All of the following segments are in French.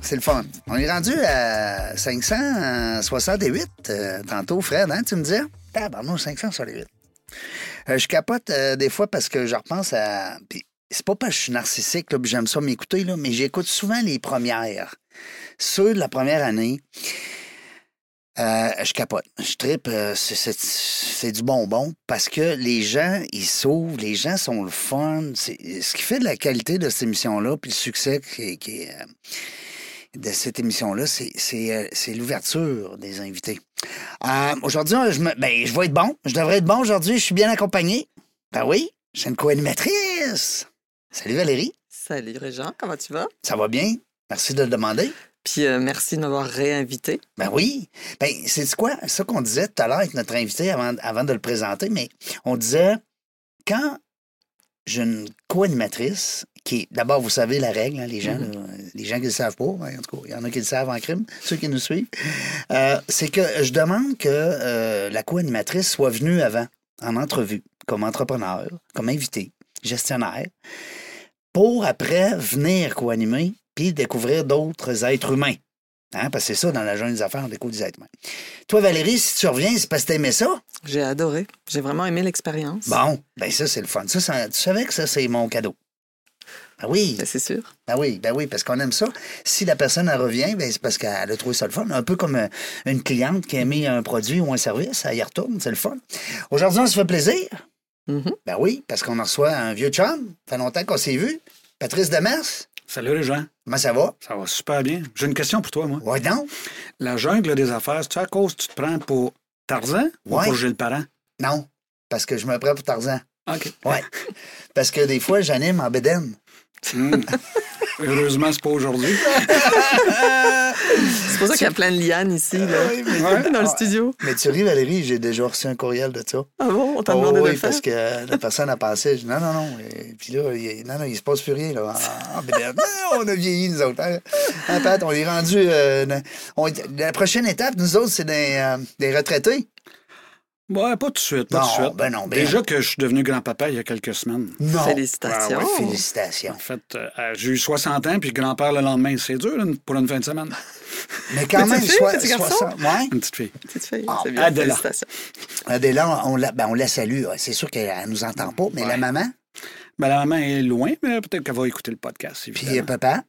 c'est le fun. On est rendu à 568 euh, tantôt, Fred, hein, tu me disais? Tabarnou, 568. Euh, je capote euh, des fois parce que je repense à... Puis c'est pas parce que je suis narcissique, là, puis j'aime ça m'écouter, là, mais j'écoute souvent les premières. Ceux de la première année, euh, je capote. Je tripe. euh, c'est- c'est- c'est du bonbon parce que les gens, ils s'ouvrent, les gens sont le fun. C'est- Ce qui fait de la qualité de cette émission-là, puis le succès qui, qui est, euh, de cette émission-là, c'est- c'est euh, c'est l'ouverture des invités. Euh, aujourd'hui, euh, je, me- ben, je vais être bon. Je devrais être bon aujourd'hui. Je suis bien accompagné. Ben oui, j'ai une co-animatrice. Salut Valérie. Salut Régent, comment tu vas? Ça va bien? Merci de le demander. Puis euh, merci de m'avoir réinvité. Ben oui. Ben, c'est quoi? C'est ça qu'on disait tout à l'heure avec notre invité avant, avant de le présenter, mais on disait quand j'ai une co-animatrice qui est. D'abord, vous savez la règle, hein, les gens, Mhm. là, les gens qui ne le savent pas, hein, en tout cas, il y en a qui le savent en crime, ceux qui nous suivent, euh, c'est que je demande que euh, la co-animatrice soit venue avant, en entrevue, comme entrepreneur, comme invité, gestionnaire, pour après venir co-animer puis découvrir d'autres êtres humains. Hein, parce que c'est ça, dans la jungle des affaires, on découvre des êtres humains. Toi, Valérie, si tu reviens, c'est parce que t'aimais ça? J'ai adoré. J'ai vraiment aimé l'expérience. Bon, ben ça, c'est le fun. Ça, ça- tu savais que ça, c'est mon cadeau. Ben oui, Ben, c'est sûr. ben oui, ben oui, parce qu'on aime ça. Si la personne, elle revient, ben c'est parce qu'elle a trouvé ça le fun. Un peu comme euh, une cliente qui a aimé un produit ou un service, elle y retourne, c'est le fun. Aujourd'hui, on se fait plaisir. Mhm. Ben oui, parce qu'on en reçoit un vieux chum. Ça fait longtemps qu'on s'est vu. Patrice Demers, Salut les gens, comment ça va? ça va super bien. J'ai une question pour toi, moi. Ouais, non? La jungle des affaires, c'est à cause que tu te prends pour Tarzan ou Ouais. pour Gilles Parent? Non, parce que je me prends pour Tarzan. OK. Ouais. Parce que des fois, j'anime en bédaine. Hmm. Heureusement, c'est pas aujourd'hui. C'est pour ça qu'il y a plein de lianes ici, Euh, là, Ouais. dans Ah. le studio. Mais tu ris, Valérie, j'ai déjà reçu un courriel de ça. Ah bon? On t'a Oh, demandé de oui, le faire? parce que la personne a passé. Je dis, non, non, non. Et puis là, il, non, non, il se passe plus rien. Là. Ah, ben, ben, non, on a vieilli, nous autres. hein. Hein, Pat, on est rendu. euh, dans- on est- la prochaine étape, nous autres, c'est des, euh, des retraités. Ouais, pas tout de suite, pas Non, tout de suite. ben non, ben Déjà que je suis devenu grand-papa il y a quelques semaines. Non. Félicitations. Ah ouais, félicitations. En fait, euh, euh, j'ai eu 60 ans, puis grand-père le lendemain. C'est dur une- pour une fin de semaine. Mais quand Mais même, tu sais, soit, petit garçon? 60. Ouais. Une petite fille. Petite fille, Ah, c'est bien. Adela. Félicitations. Adéla, on, la, ben, on la salue. Ouais, C'est sûr qu'elle elle nous entend pas, mais la maman, Ben, la maman est loin, mais peut-être qu'elle va écouter le podcast, puis Ben ben évidemment. euh, papa,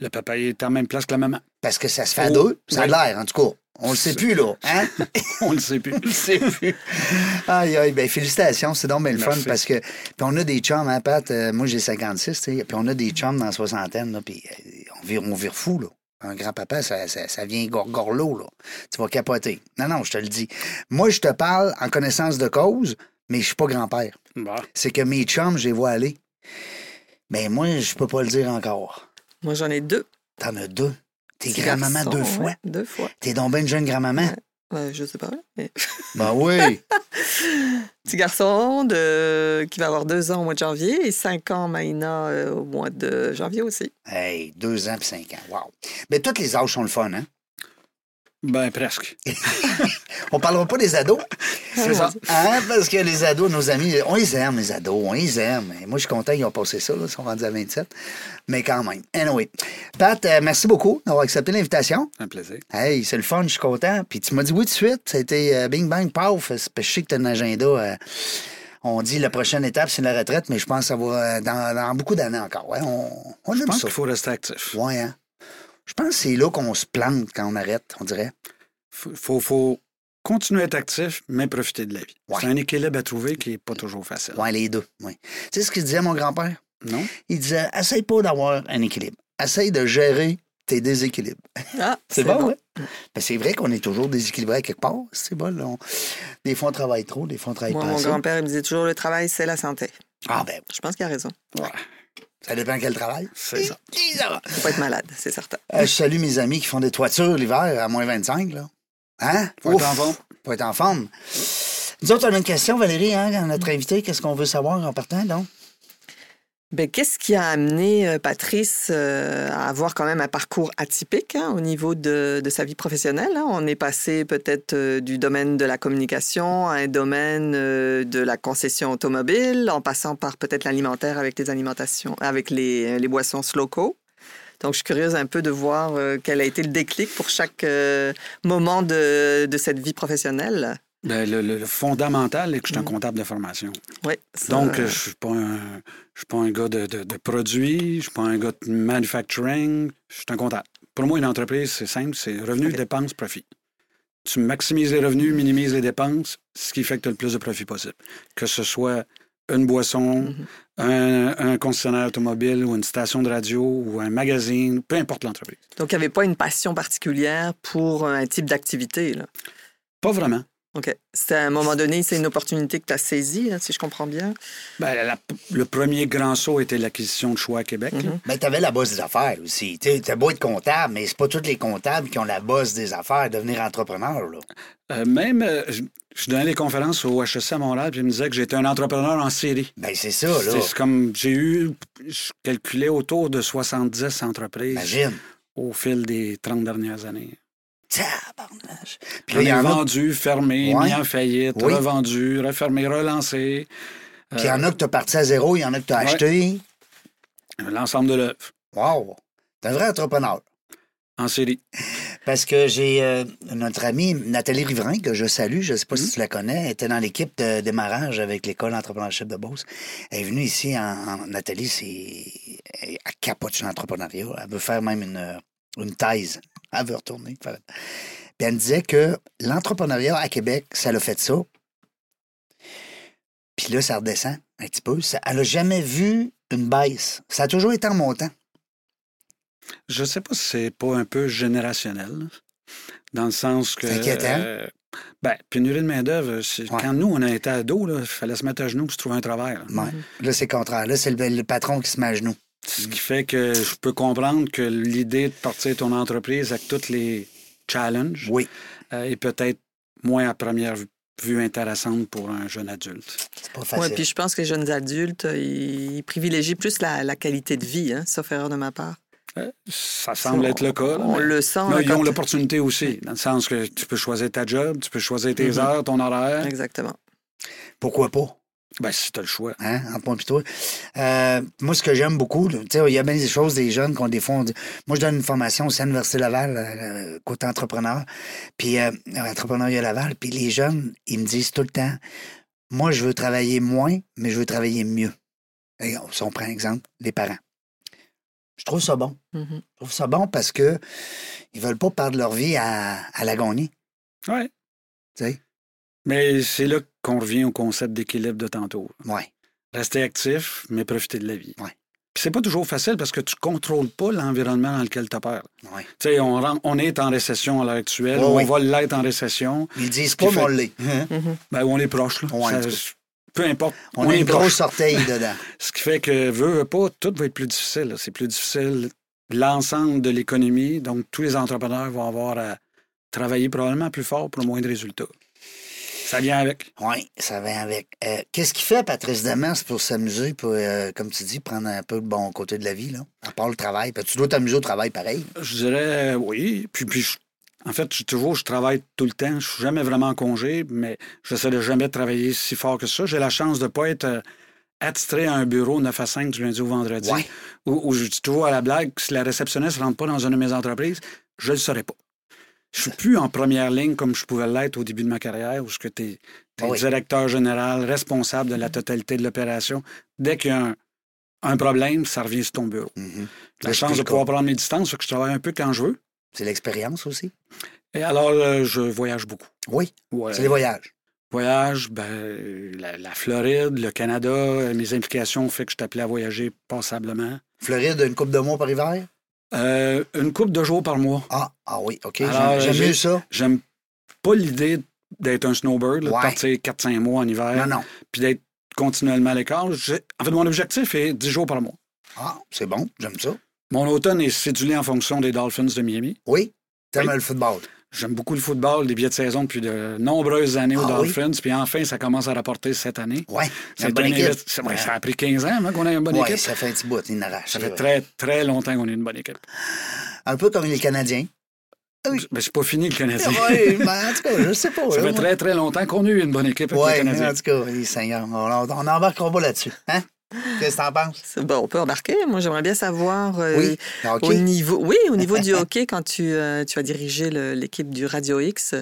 Le papa il est en même place que la maman. parce que ça se fait à Oh, deux. Ça a oui. l'air, en tout cas. On le sait plus, là. Hein? On le sait plus. On le sait plus. Aïe, aïe, ben félicitations, c'est donc bien le fun Merci. parce que. Puis on a des chums, hein, Pat? Euh, moi, j'ai 56, tu sais. Puis on a des chums dans la soixantaine, là. Puis euh, on vire, on vire fou, là. Un grand-papa, ça, ça, ça vient gorgorlo, là. Tu vas capoter. Non, non, je te le dis. Moi, je te parle en connaissance de cause, mais je suis pas grand-père. Bon. C'est que mes chums, je les vois aller. Mais moi, je peux pas le dire encore. Moi, j'en ai deux. T'en as deux. T'es petits grand-maman garçons, deux ouais, fois. deux fois. T'es donc ben une jeune grand-maman. Ouais, je sais pas. mais- Ben oui. Petit garçon de... qui va avoir deux ans au mois de janvier et cinq ans, Maïna, euh, au mois de janvier aussi. hey, deux ans puis cinq ans. Wow. Mais toutes les âges sont le fun, hein? Ben, presque. On parlera pas des ados. C'est ça. Hein, parce que les ados, nos amis, on les aime, les ados, on les aime. Et moi, je suis content qu'ils ont passé ça, là, ils sont rendus à 27. Mais quand même. Anyway. Pat, euh, merci beaucoup d'avoir accepté l'invitation. Un plaisir. Hey, c'est le fun, je suis content. Puis tu m'as dit oui tout de suite. Ça a été euh, bing bang, paf. C'est parce que Je sais que tu as un agenda. euh, on dit la prochaine étape, c'est la retraite, mais je pense que ça va euh, dans, dans beaucoup d'années encore. Ouais, on, on Je aime pense ça. qu'il faut rester actif. Ouais, hein. Je pense que c'est là qu'on se plante quand on arrête, on dirait. faut, faut, faut continuer à être actif, mais profiter de la vie. Ouais. C'est un équilibre à trouver qui n'est pas toujours facile. Ouais, les deux. Ouais. Tu sais ce que disait mon grand-père? Non? Il disait Essaye pas d'avoir un équilibre. Essaye de gérer tes déséquilibres. Ah, ouais? Ben, c'est vrai qu'on est toujours déséquilibré à quelque part. C'est bon. là, on- Des fois, on travaille trop, des fois, on travaille Moi, pas mon assez. grand-père, il me disait toujours le travail, c'est la santé. Ah, ben, Je pense qu'il a raison. Ouais, ça dépend quel travail. c'est ça. Hi, ça va. Faut pas être malade, c'est certain. Euh, je salue mes amis qui font des toitures l'hiver à moins 25, là. Hein? Faut être Ouf! en forme. pour être en forme. Nous autres, on a une question, Valérie, hein, notre invité. Qu'est-ce qu'on veut savoir en partant, donc? Ben, Qu'est-ce qui a amené euh, Patrice euh, à avoir quand même un parcours atypique hein, au niveau de, de sa vie professionnelle? hein? On est passé peut-être euh, du domaine de la communication à un domaine euh, de la concession automobile, en passant par peut-être l'alimentaire avec les alimentations, avec les, les boissons slow-co. Donc, je suis curieuse un peu de voir euh, quel a été le déclic pour chaque euh, moment de, de cette vie professionnelle. Ben, le, le- le fondamental est que je suis un comptable de formation. Oui. ça- Donc, euh, je suis pas un, je suis pas un gars de, de, de produits, je suis pas un gars de manufacturing, je suis un comptable. Pour moi, une entreprise, c'est simple, c'est revenu, Ok. dépenses, profit. Tu maximises les revenus, minimises les dépenses, ce qui fait que tu as le plus de profit possible. Que ce soit une boisson, Mhm. un, un concessionnaire automobile ou une station de radio ou un magazine, peu importe l'entreprise. Donc, il n'y avait pas une passion particulière pour un type d'activité. là. Pas vraiment. OK. C'était à un moment donné, c'est une opportunité que tu as saisie, là, si je comprends bien. Ben, la- le premier grand saut était l'acquisition de choix à Québec. Mm-hmm. là. Mais tu avais Ben, la bosse des affaires aussi. Tu sais, t'as beau être comptable, mais c'est pas tous les comptables qui ont la bosse des affaires, devenir entrepreneur. Là. Euh, même, euh, je, je donnais des conférences au HEC à Montréal, puis ils me disaient que j'étais un entrepreneur en série. Ben, c'est ça, là. C'est c'est comme j'ai eu, je calculais autour de 70 entreprises Imagine. au fil des 30 dernières années. Tabarnage. Puis J'en là, il y ai en a, vendu, fermé, Ouais. mis en faillite, Oui. revendu, refermé, relancé, puis il y en a que t'as parti à zéro, il y en a que t'as Ouais. acheté. l'ensemble de l'œuvre Wow! T'es un vrai entrepreneur. en série. Parce que j'ai euh, notre amie Nathalie Riverain, que je salue, je ne sais pas si tu la connais, elle était dans l'équipe de démarrage avec l'école d'entrepreneurship de Beauce. Elle est venue ici, en, en- Nathalie, c'est, elle elle capote sur l'entrepreneuriat. Elle veut faire même une, euh, une thèse. Elle veut retourner. faire- Puis elle me disait que l'entrepreneuriat à Québec, ça l'a fait ça. Puis là, ça redescend un petit peu. Ça- elle n'a jamais vu une baisse. Ça a toujours été en montant. Je sais pas si c'est pas un peu générationnel, dans le sens que. C'est inquiétant. euh, ben, pénurie de main-d'œuvre, c'est- Ouais. quand nous, on a été ados, là, il fallait se mettre à genoux pour se trouver un travail. là. Ouais. Là, c'est le contraire. Là, c'est le, le patron qui se met à genoux. Ce qui fait que je peux comprendre que l'idée de partir ton entreprise avec tous les challenges Oui. euh, est peut-être moins à première vue- vue intéressante pour un jeune adulte. C'est pas Oui, facile. puis je pense que les jeunes adultes, euh, ils ils privilégient plus la, la qualité de vie, hein, sauf erreur de ma part. Euh, Ça semble être le cas. là, On mais- le sent. Là, là, ils ont quand- l'opportunité aussi, dans le sens que tu peux choisir ta job, tu peux choisir tes Mhm. heures, ton horaire. Exactement. Pourquoi pas? Ben, si tu as le choix. Hein? Entre moi et toi. Euh, moi, ce que j'aime beaucoup, là, tu sais, il y a bien des choses des jeunes qu'on des fois, on dit- Moi, je donne une formation aussi à l'Université Laval, euh, côté entrepreneur, puis euh, entrepreneuriat Laval, puis les jeunes, ils me disent tout le temps Moi, je veux travailler moins, mais je veux travailler mieux. Et on, si on prend exemple, les parents. Je trouve ça bon. Hein? Mhm. Je trouve ça bon parce que ils veulent pas perdre leur vie à, à l'agonie. Ouais. Tu sais? Mais c'est là qu'on revient au concept d'équilibre de tantôt. Ouais. Rester actif, mais profiter de la vie. Ouais. Puis c'est pas toujours facile parce que tu contrôles pas l'environnement dans lequel tu opères. ouais. Tu sais, on, ren- on est en récession à l'heure actuelle, Ouais, on ouais. va l'être en récession, Ils disent qui pas, mais fait- on l'est. Mhm. ben, on est proche. Là. Ouais, Ça- en tout cas. peu importe, On a est une proche. grosse orteil dedans. Ce qui fait que, veut, veut pas, tout va être plus difficile. là. C'est plus difficile l'ensemble de l'économie. Donc, tous les entrepreneurs vont avoir à travailler probablement plus fort pour moins de résultats. Ça vient avec. Oui, ça vient avec. Euh, Qu'est-ce qu'il fait, Patrice Demers, pour s'amuser, pour, euh, comme tu dis, prendre un peu le bon côté de la vie, là? À part le travail. Parce que tu dois t'amuser au travail pareil. Je dirais euh, oui. Puis, puis je- en fait, je, toujours, je travaille tout le temps. Je suis jamais vraiment en congé, mais j'essaie de jamais travailler si fort que ça. J'ai la chance de pas être euh, attitré à un bureau 9 à 5 du lundi au vendredi. Ouais. Ou je dis toujours à la blague, si la réceptionniste ne rentre pas dans une de mes entreprises, je ne le saurais pas. Je suis plus en première ligne comme je pouvais l'être au début de ma carrière, où tu es, Ah oui. directeur général, responsable de la totalité de l'opération. Dès qu'il y a un, un problème, ça revient sur ton bureau. Mhm. La Là, c'est chance de plus le pouvoir prendre mes distances, c'est que je travaille un peu quand je veux. C'est l'expérience aussi. Et alors, euh, je voyage beaucoup. Oui, Ouais. c'est les voyages. Voyage, ben, la, la Floride, le Canada, euh, mes implications fait que je t'appelais à voyager passablement. Floride, une coupe de mois par hiver? Euh, une coupe de jours par mois. Ah, ah oui, OK. Alors, J'aime j'aime j'ai- mieux ça. J'aime pas l'idée d'être un snowbird, là, Ouais. de partir 4-5 mois en hiver, Non, non. puis d'être continuellement à l'écart. J'ai- En fait, mon objectif est 10 jours par mois. Ah, c'est bon, j'aime ça. Mon automne est cédulé en fonction des Dolphins de Miami. Oui, t'aimes Oui. le football. J'aime beaucoup le football, les billets de saison depuis de nombreuses années aux Ah oui? Dolphins, puis enfin, ça commence à rapporter cette année. Oui, C'est un investi- c'est- ouais, Ça a pris 15 ans hein, qu'on a une bonne équipe. ça fait un petit bout, il n'arrache. Ça fait très, très longtemps qu'on a une bonne équipe. Un peu comme les Canadiens. Oui. Mais c'est pas fini, le Canadien. oui, mais en tout cas, je sais pas. Ça là, moi. fait très, très longtemps qu'on a eu une bonne équipe avec Ouais, le Canadien. en tout cas, oui, Seigneur, on, on, on embarquera pas là-dessus. Hein? Qu'est-ce que t'en penses? C'est- Bon, on peut embarquer. Moi, j'aimerais bien savoir euh, Oui, le au hockey. niveau, oui, au niveau du hockey, quand tu, euh, tu as dirigé le- l'équipe du Radio X,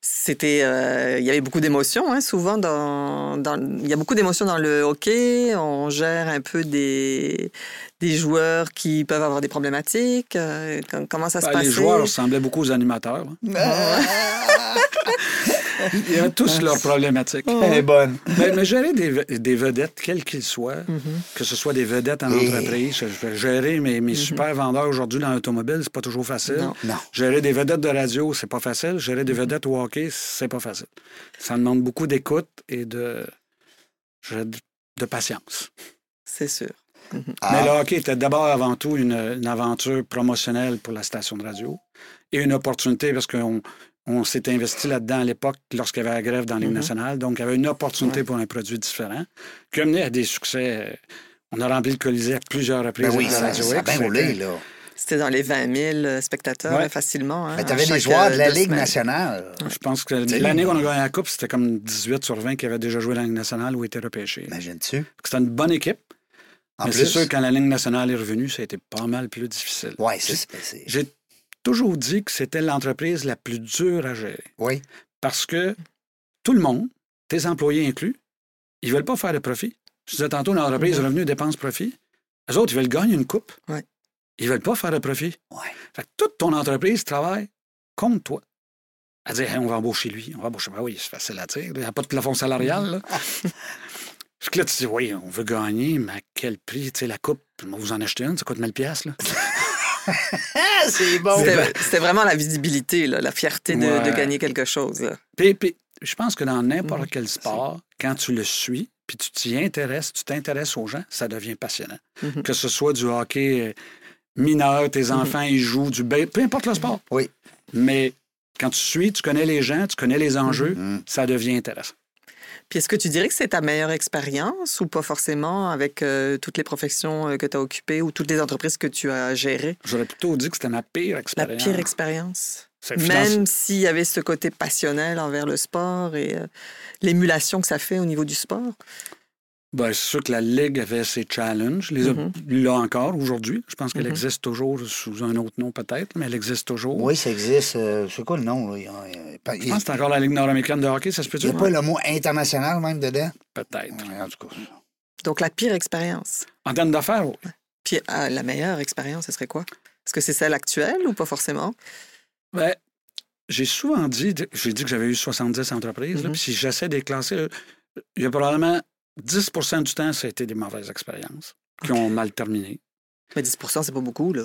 c'était, euh, il y avait beaucoup d'émotions. hein, souvent, dans, dans- il y a beaucoup d'émotions dans le hockey. On gère un peu des, des joueurs qui peuvent avoir des problématiques. euh, com- comment ça se Ben, passe les joueurs ressemblaient beaucoup aux animateurs. hein. Ah, Ils avaient tous leurs problématiques. Elle est bonne. mais, mais gérer des, ve- des vedettes, quels qu'ils soient, Mhm. que ce soit des vedettes en Et- Mhm. entreprise, je vais gérer mes, mes super vendeurs aujourd'hui dans l'automobile, c'est pas toujours facile. Non. Non. Gérer des vedettes de radio, c'est pas facile. Gérer Mm-hmm. des vedettes au hockey, c'est pas facile. Ça demande beaucoup d'écoute et de, je- de patience. C'est sûr. Ah, Mais le hockey était d'abord avant tout une, une aventure promotionnelle pour la station de radio et une opportunité parce qu'on on s'est investi là-dedans à l'époque lorsqu'il y avait la grève dans Mm-hmm. l'île Mhm. nationale. Donc, il y avait une opportunité pour un produit différent qui a mené à des succès. On a rempli le Colisée à plusieurs reprises. ben oui, avec la ça, Radio ça a X. bien roulé, là. C'était dans les 20 000 spectateurs Ouais. hein, facilement. hein, Mais à Bah, t'avais des chaque, joueurs de euh, la deux Ligue semaines. nationale. Je pense que T'sais. l'année qu'on a gagné la Coupe, c'était comme 18 sur 20 qui avaient déjà joué dans la Ligue nationale ou été repêchés. Imagines-tu? C'était une bonne équipe. En mais plus. c'est sûr, quand la Ligue nationale est revenue, ça a été pas mal plus difficile. Oui, c'est. J'ai toujours dit que c'était l'entreprise la plus dure à gérer. Oui. Parce que tout le monde, tes employés inclus, ils veulent pas faire de profit. Je disais tantôt, l'entreprise Mhm. revenu, dépense, profit. Les autres, ils veulent gagner une coupe. Ouais. Ils veulent pas faire de profit. Ouais. Fait que toute ton entreprise travaille contre toi. Elle dit, Hey, on va embaucher lui, on va embaucher. Ben oui, c'est facile à dire. Il n'y a pas de plafond salarial. Là. Fait que là, tu dis, oui, on veut gagner, mais à quel prix? Tu sais, la coupe, on va vous en acheter une, ça coûte 1000 piastres. là. Ah, c'est bon. C'était c'était vraiment la visibilité, là, la fierté de, de Ouais. gagner quelque chose. là. Puis, puis, je pense que dans n'importe Mhm. quel sport, quand tu le suis, puis tu t'y intéresses, tu t'intéresses aux gens, ça devient passionnant. Mhm. Que ce soit du hockey euh, mineur, tes enfants, ils jouent, du ba- peu importe le sport. Oui. Mais quand tu suis, tu connais les gens, tu connais les enjeux, Mhm. ça devient intéressant. Puis est-ce que tu dirais que c'est ta meilleure expérience ou pas forcément avec euh, toutes les professions euh, que tu as occupées ou toutes les entreprises que tu as gérées? J'aurais plutôt dit que c'était ma pire La expérience. pire expérience. C'est Euh, finance- Même s'il y avait ce côté passionnel envers le sport et euh, l'émulation que ça fait au niveau du sport. Ben, c'est sûr que la Ligue avait ses challenges. Les a- Mhm. Là encore, aujourd'hui, je pense qu'elle Mhm. existe toujours sous un autre nom peut-être, mais elle existe toujours. Oui, ça existe. euh, c'est quoi le nom? Là? Il y a- il y a pas- Je pense que c'est encore la Ligue nord-américaine de hockey, ça se il peut-tu? n'y a pas le mot international même dedans? Peut-être. Ouais, en tout cas. ça. Donc la pire expérience. En termes d'affaires, oui. Puis euh, la meilleure expérience, ce serait quoi? Est-ce que c'est celle actuelle ou pas forcément? Ben, j'ai souvent dit, j'ai dit que j'avais eu 70 entreprises, là, Mhm. puis si j'essaie de les classer, euh, il y a probablement 10 du temps, ça a été des mauvaises expériences qui ont mal terminé. Mais 10 c'est pas beaucoup, là.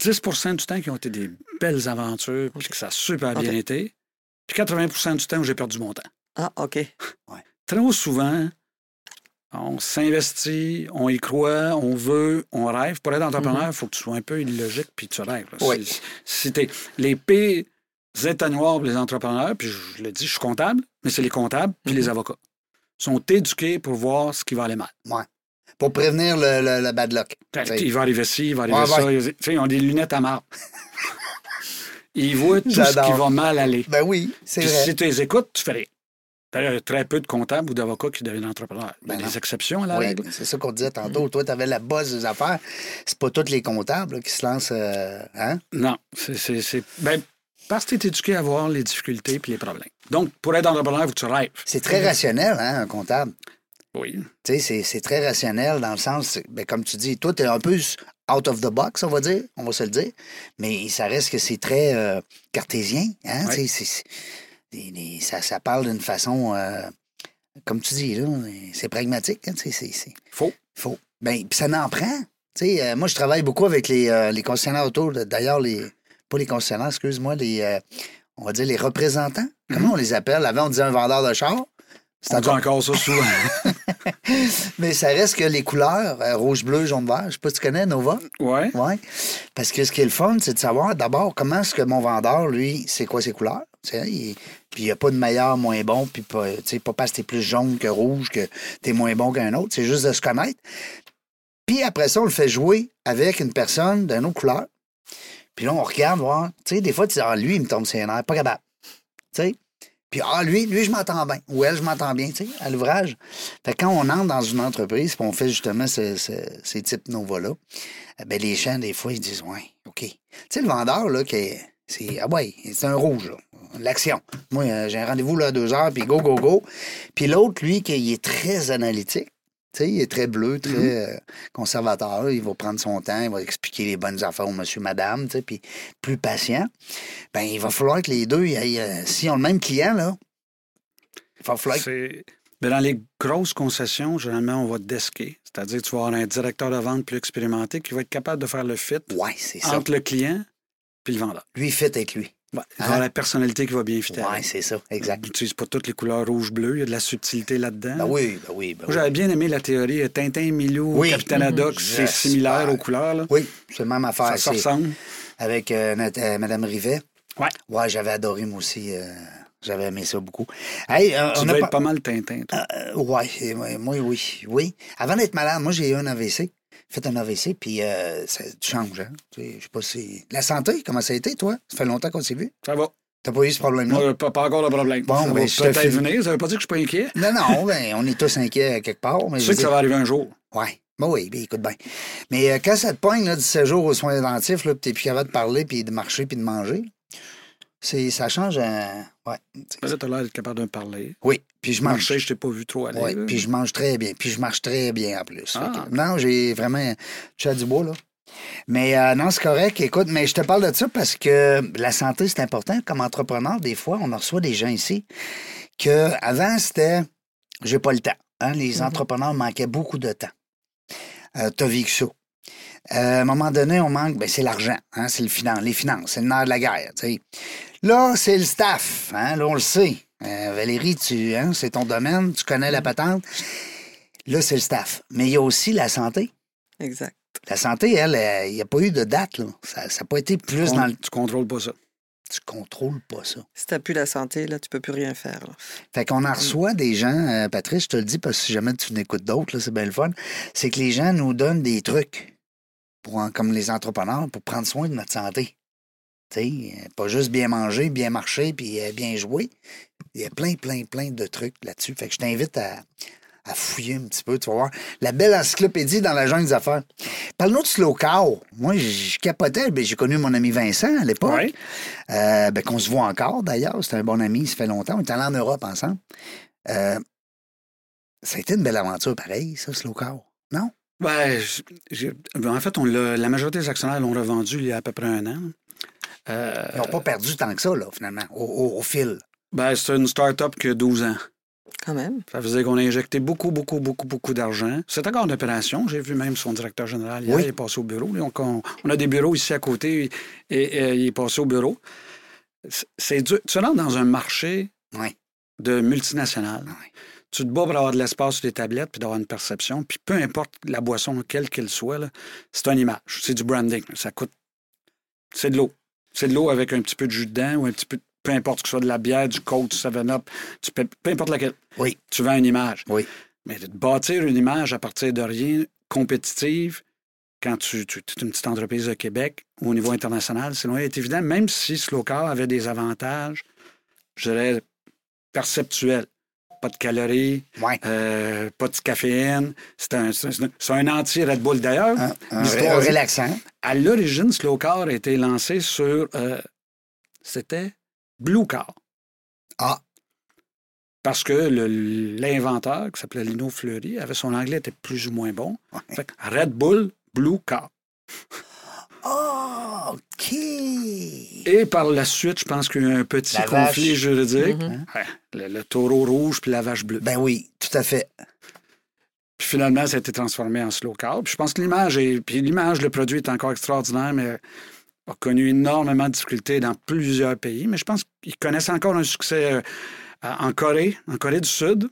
C'est 10 du temps qui ont été des belles aventures, puis Ok. que ça a super Ok. bien été. Puis 80 du temps où j'ai perdu mon temps. Ah, OK. Trop souvent, on s'investit, on y croit, on veut, on rêve. Pour être entrepreneur, il Mhm. faut que tu sois un peu illogique puis tu rêves. là. Oui. Si, si t'es- les pires éteignoirs pour les entrepreneurs, puis je le dis, je suis comptable, mais c'est les comptables puis Mhm. les avocats. Ils sont éduqués pour voir ce qui va aller mal. Pour prévenir le, le- le bad luck. Oui. Il va arriver ci, il va arriver Ouais, ça. Ils- tu sais, Ils ont des lunettes à marre. ils voient tout ce qui J'adore. va mal aller. Ben oui, c'est Puis vrai. si tu les écoutes, tu fais rien. D'ailleurs, il y a très peu de comptables ou d'avocats qui deviennent entrepreneurs. Il y a Ben non. des exceptions à la Oui, règle. Mm-hmm. c'est ça qu'on disait tantôt. Toi, tu avais la base des affaires. C'est pas tous les comptables là, qui se lancent. euh, hein? Non, c'est- c'est. c'est- Ben, parce que tu es éduqué à voir les difficultés puis les problèmes. Donc, pour être entrepreneur, faut que tu rêves. C'est très rationnel, hein, un comptable. Oui. Tu sais, c'est- c'est très rationnel dans le sens, ben, comme tu dis, toi, tu es un peu out of the box, on va dire, on va se le dire, mais ça reste que c'est très euh, cartésien. Hein? Ouais. Tu sais, c'est- c'est- des- des- ça, ça parle d'une façon, euh, comme tu dis, là, c'est pragmatique. hein, tu sais, c'est- c'est- Faux. Faux. Ben, puis ça n'en prend. Tu sais, euh, moi, je travaille beaucoup avec les, euh, les concessionnaires autour. D'ailleurs, les. Pas les concessionnaires, excuse-moi, les. euh, on va dire les représentants. Comment on les appelle? Avant, on disait un vendeur de char. C'est On dit encore- encore ça souvent. Mais ça reste que les couleurs, euh, rouge, bleu, jaune, vert. Je sais pas si tu connais Nova. ouais. Oui. Parce que ce qui est le fun, c'est de savoir d'abord comment est-ce que mon vendeur, lui, c'est quoi ses couleurs. Tu sais, il- Puis il n'y a pas de meilleur, moins bon, puis pas, tu sais, pas parce que t'es plus jaune que rouge, que t'es moins bon qu'un autre. C'est juste de se connaître. Puis après ça, on le fait jouer avec une personne d'une autre couleur. Puis là, on regarde, voir. Tu sais, des fois, tu dis, ah, lui, il me tombe sur les nerfs, pas capable. Tu sais? Puis, ah, lui, lui, je m'entends bien. Ou elle, je m'entends bien, tu sais, à l'ouvrage. Fait que quand on entre dans une entreprise, puis on fait justement ce- ce- ces types Nova-là, eh ben, les gens, des fois, ils disent, ouais, OK. Tu sais, le vendeur, là, qui est- c'est, ah ouais, c'est un rouge, là. L'action. Moi, euh, j'ai un rendez-vous, là, à deux heures, puis go, go, go. Puis l'autre, lui, qui il est très analytique. Tu sais, il est très bleu, très euh, Mm-hmm. conservateur. Il va prendre son temps, il va expliquer les bonnes affaires au monsieur, madame, tu sais, puis plus patient. Ben, il va falloir que les deux, ils aillent, euh, s'ils ont le même client, là, il va falloir que... C'est- Ben, dans les grosses concessions, généralement, on va desquer. C'est-à-dire, tu vas avoir un directeur de vente plus expérimenté qui va être capable de faire le fit Ouais, c'est ça. entre le client puis le vendeur. Lui, fit avec lui. Il va avoir la personnalité qui va bien fitter. Hein? Ouais, c'est ça, exact. Tu n'utilises pas toutes les couleurs rouge-bleu. Il y a de la subtilité là-dedans. Ben oui, ben oui, ben Moi, oui. J'avais bien aimé la théorie euh, Tintin, Milou, Oui. Mm-hmm. Capitaine Haddock, c'est Yes. similaire aux couleurs. là. Oui, c'est la même affaire. ça se c'est- ressemble. Avec euh, notre- euh, Madame Rivet. Ouais. Ouais, j'avais adoré, moi aussi. euh, j'avais aimé ça beaucoup. Hey, euh, Tu on a pas- devais être Ah, pas Ah. mal Tintin. toi. Euh, ouais, et moi, moi, oui, oui. Avant d'être malade, moi, j'ai eu un AVC. Fait un AVC, puis euh, ça change, hein. Tu sais, Je sais pas si... La santé, comment ça a été, toi? Ça fait longtemps qu'on s'est vu. Ça va. T'as pas eu ce problème-là? Moi, euh, pas, pas encore de problème. Bon, ça ben, je te va peut-être file. venir. Ça veut pas dire que je suis pas inquiet. Non, non, ben, on est tous inquiets à quelque part. Mais Je je sais que veux ça dire- va arriver un jour. Ouais. Ben oui, ben, écoute bien. Mais euh, quand ça te pogne, là, du séjour aux soins dentifs, là, puis t'es plus capable de parler, puis de marcher, puis de manger, c'est, ça change. euh, ouais. Ben là, t'as l'air d'être capable de me parler. Oui, puis je mange. Marcher, je t'ai pas vu trop aller. Oui, là. puis je mange très bien. Puis je marche très bien en plus. Ah. Fait que- non, j'ai vraiment. Tu as du bois, là. Mais euh, non, c'est correct. Écoute, mais je te parle de ça parce que la santé, c'est important. Comme entrepreneur, des fois, on en reçoit des gens ici que avant c'était j'ai pas le temps. Hein, les entrepreneurs manquaient beaucoup de temps. Euh, T'as vécu ça. Euh, à un moment donné, on manque, ben, c'est l'argent, hein, c'est le finan- les finances, c'est le nerf de la guerre. tu sais. Là, c'est le staff, hein, là, on le sait. Euh, Valérie, tu, hein, c'est ton domaine, tu connais la patente. Là, c'est le staff. Mais il y a aussi la santé. Exact. La santé, elle, euh, il n'y a pas eu de date. Là. Ça n'a pas été plus Con- dans le... Tu contrôles pas ça. Tu contrôles pas ça. Si t'as plus la santé, là, tu peux plus rien faire. là. Fait qu'on en reçoit des gens, euh, Patrice, je te le dis, parce que si jamais tu n'écoutes d'autres, là, c'est bien le fun, c'est que les gens nous donnent des trucs, pour en- comme les entrepreneurs, pour prendre soin de notre santé. Tu sais, euh, pas juste bien manger, bien marcher, puis euh, bien jouer. Il y a plein, plein, plein de trucs là-dessus. Fait que je t'invite à, à fouiller un petit peu, tu vas voir. La belle encyclopédie dans la jungle des affaires. Parle-nous de slow cow. Moi, je je capotais, ben, j'ai connu mon ami Vincent à l'époque. Ouais. Euh, ben, qu'on se voit encore d'ailleurs. C'est un bon ami, ça fait longtemps. On est allé en Europe ensemble. Euh, ça a été une belle aventure pareil, ça, Slow Car. Non? Ben, j- j'ai- ben, en fait, on l'a- la majorité des actionnaires l'ont revendu il y a à peu près un an. Euh, Ils n'ont pas perdu tant que ça, là, finalement, au, au- au fil. ben, c'est une start-up qui a 12 ans. Quand même. Ça veut dire qu'on a injecté beaucoup, beaucoup, beaucoup, beaucoup d'argent. C'est encore en opération. J'ai vu même son directeur général hier, Oui. il est passé au bureau. Donc, on, on a des bureaux ici à côté et, et il est passé au bureau. C'est- C'est dur. Tu rentres dans un marché Oui. de multinationales. Oui. Tu te bats pour avoir de l'espace sur des tablettes puis d'avoir une perception. Puis peu importe la boisson, quelle qu'elle soit, là, c'est une image. C'est du branding. Ça coûte. C'est de l'eau. C'est de l'eau avec un petit peu de jus dedans ou un petit peu. de- Peu importe que ce soit de la bière, du coke, du 7-up, du Pep- peu importe laquelle. Oui. Tu vends une image. Oui. Mais de bâtir une image à partir de rien, compétitive, quand tu, tu es une petite entreprise de Québec au niveau international, c'est loin d'être évident, même si Slowcar avait des avantages, je dirais, perceptuels. Pas de calories, Ouais. euh, pas de caféine. C'est un, c'est un- c'est un anti-Red Bull d'ailleurs. Un, un L'histoire- ré- relaxant. À l'origine, Slowcar a été lancé sur. euh, C'était Blue Car. Ah. Parce que le- l'inventeur, qui s'appelait Lino Fleury, avait son anglais était plus ou moins bon. Ouais. Fait que Red Bull, Blue Car. Ah, OK. Et par la suite, je pense qu'il y a eu un petit La vache. Mm-hmm. conflit juridique. Mhm. Ouais, le, le taureau rouge puis la vache bleue. Ben oui, tout à fait. Puis finalement, ça a été transformé en slow car. Puis je pense que l'image, est- puis l'image, le produit est encore extraordinaire, mais a connu énormément de difficultés dans plusieurs pays. Mais je pense qu'ils connaissent encore un succès euh, en Corée, en Corée du Sud,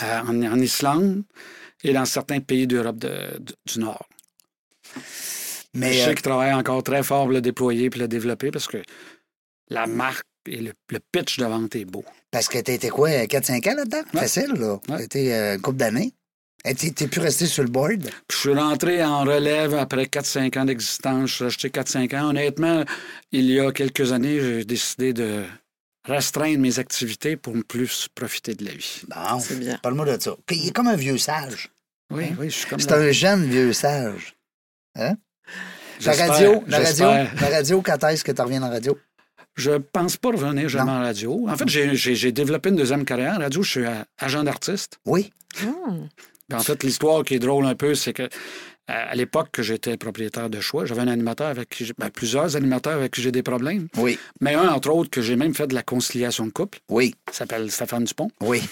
à- en, en Islande et dans certains pays d'Europe de- de- du Nord. je Mais sais euh, qu'ils travaillent encore très fort pour le déployer et le développer parce que la marque et le, le pitch de vente est beau. parce que t'as été quoi, 4-5 ans là-dedans? Ouais. Facile, là. T'as Ouais. été euh, une couple d'années. Et T'es t'es plus resté sur le board. Puis je suis rentré en relève après 4-5 ans d'existence. Je suis resté 4-5 ans. Honnêtement, il y a quelques années, j'ai décidé de restreindre mes activités pour plus profiter de la vie. Bon, C'est bien. parle-moi de ça. Puis Il est comme un vieux sage. Oui, oui, je suis comme C'est la- un jeune vieux sage. La J'espère, radio, la radio, j'espère. la radio, quand est-ce que tu reviens en radio? Je pense pas revenir jamais Non. en radio. En fait, j'ai- j'ai j'ai développé une deuxième carrière en radio. Je suis euh, agent d'artiste. Oui. Hum, Puis en fait, l'histoire qui est drôle un peu, c'est que euh, à l'époque que j'étais propriétaire de choix, j'avais un animateur avec qui j'ai- ben, plusieurs animateurs avec qui j'ai des problèmes, Oui. mais un entre autres que j'ai même fait de la conciliation de couple, Oui. il s'appelle Stéphane Dupont. Oui.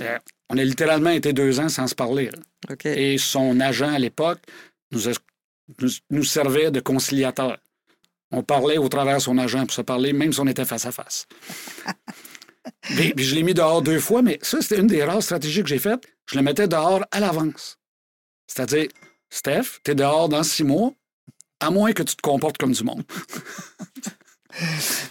Euh, on a littéralement été deux ans sans se parler. là. OK. Et son agent à l'époque nous, a- nous, nous servait de conciliateur. On parlait au travers de son agent pour se parler, même si on était face à face. Puis, puis je l'ai mis dehors deux fois, mais ça, c'était une des rares stratégies que j'ai faites. Je le mettais dehors à l'avance. C'est-à-dire, Steph, t'es dehors dans six mois, à moins que tu te comportes comme du monde.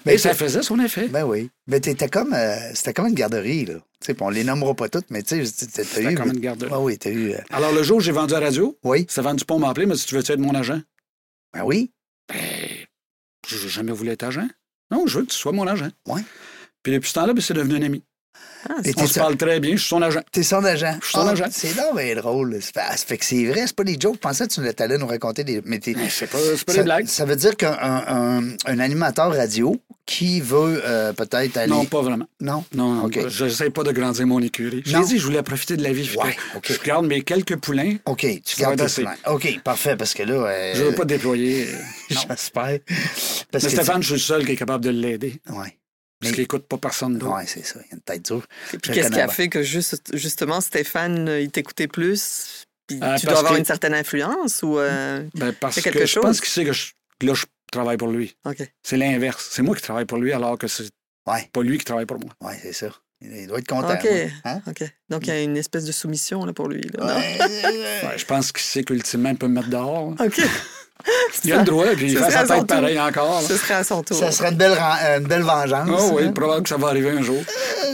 Mais Et ça faisait son effet. Ben oui. Mais t'étais comme, euh, c'était comme une garderie, là. Tu sais, puis on les nommera pas toutes, mais tu sais, t'as- t'as C'était eu. comme une garderie. Ah oui, t'as eu. euh, Alors, le jour où j'ai vendu la radio, oui. Stéphane Dupont m'a appelé, m'a dit Tu veux-tu être mon agent Ben oui. Ben, j'ai jamais voulu être agent. Non, je veux que tu sois mon agent. Ouais. Puis depuis ce temps-là, ben, c'est devenu un ami. Ah, Et c'est- On t'es se ça- parle très bien, je suis son agent. T'es son agent. Je suis son Ah, agent. C'est là, mais drôle. Ça fait- ah, ça fait que c'est vrai, c'est pas des jokes. Je pensais que tu allais nous raconter des. Mais t'es- Mais c'est pas, c'est pas ça, des blagues. ça veut dire qu'un un, un- un animateur radio qui veut euh, peut-être aller. Non, pas vraiment. Non. Non, non, OK. je n'essaie pas de grandir mon écurie. Je Non. l'ai dit, je voulais profiter de la vie. Ouais, Fait que OK. Je garde mes quelques poulains. OK, tu Ça gardes va tes être plans. OK, parfait, parce que là. euh, Je ne veux pas déployer. euh, non. J'espère. Parce Mais que Stéphane, je suis le seul qui est capable de l'aider. tu- Ouais. Parce Mais- qu'il n'écoute pas personne d'autre. Ouais, c'est ça. Il y a une tête dure. Et puis Je qu'est-ce connais qui a bien. fait que juste- justement Stéphane, euh, il t'écoutait plus? Puis Ah, tu parce dois avoir que- une certaine influence ou... euh, Ben, parce C'est que quelque je pense chose. qu'il sait que je- que là, je travaille pour lui. OK. C'est l'inverse. C'est moi qui travaille pour lui, alors que c'est Ouais. pas lui qui travaille pour moi. Ouais, c'est ça. Il doit être content. OK. ouais. Hein? OK. Donc, il y a une espèce de soumission là, pour lui. là, non? Ouais. Ouais, je pense qu'il sait qu'ultimement, il peut me mettre dehors. là. OK. Il a le droit, puis il Ce fait sa serait à son tête tour. pareil encore. là. Ce serait à son tour. Ça serait une belle, ren- euh, une belle vengeance. Ah oui, hein? probable que ça va arriver un jour.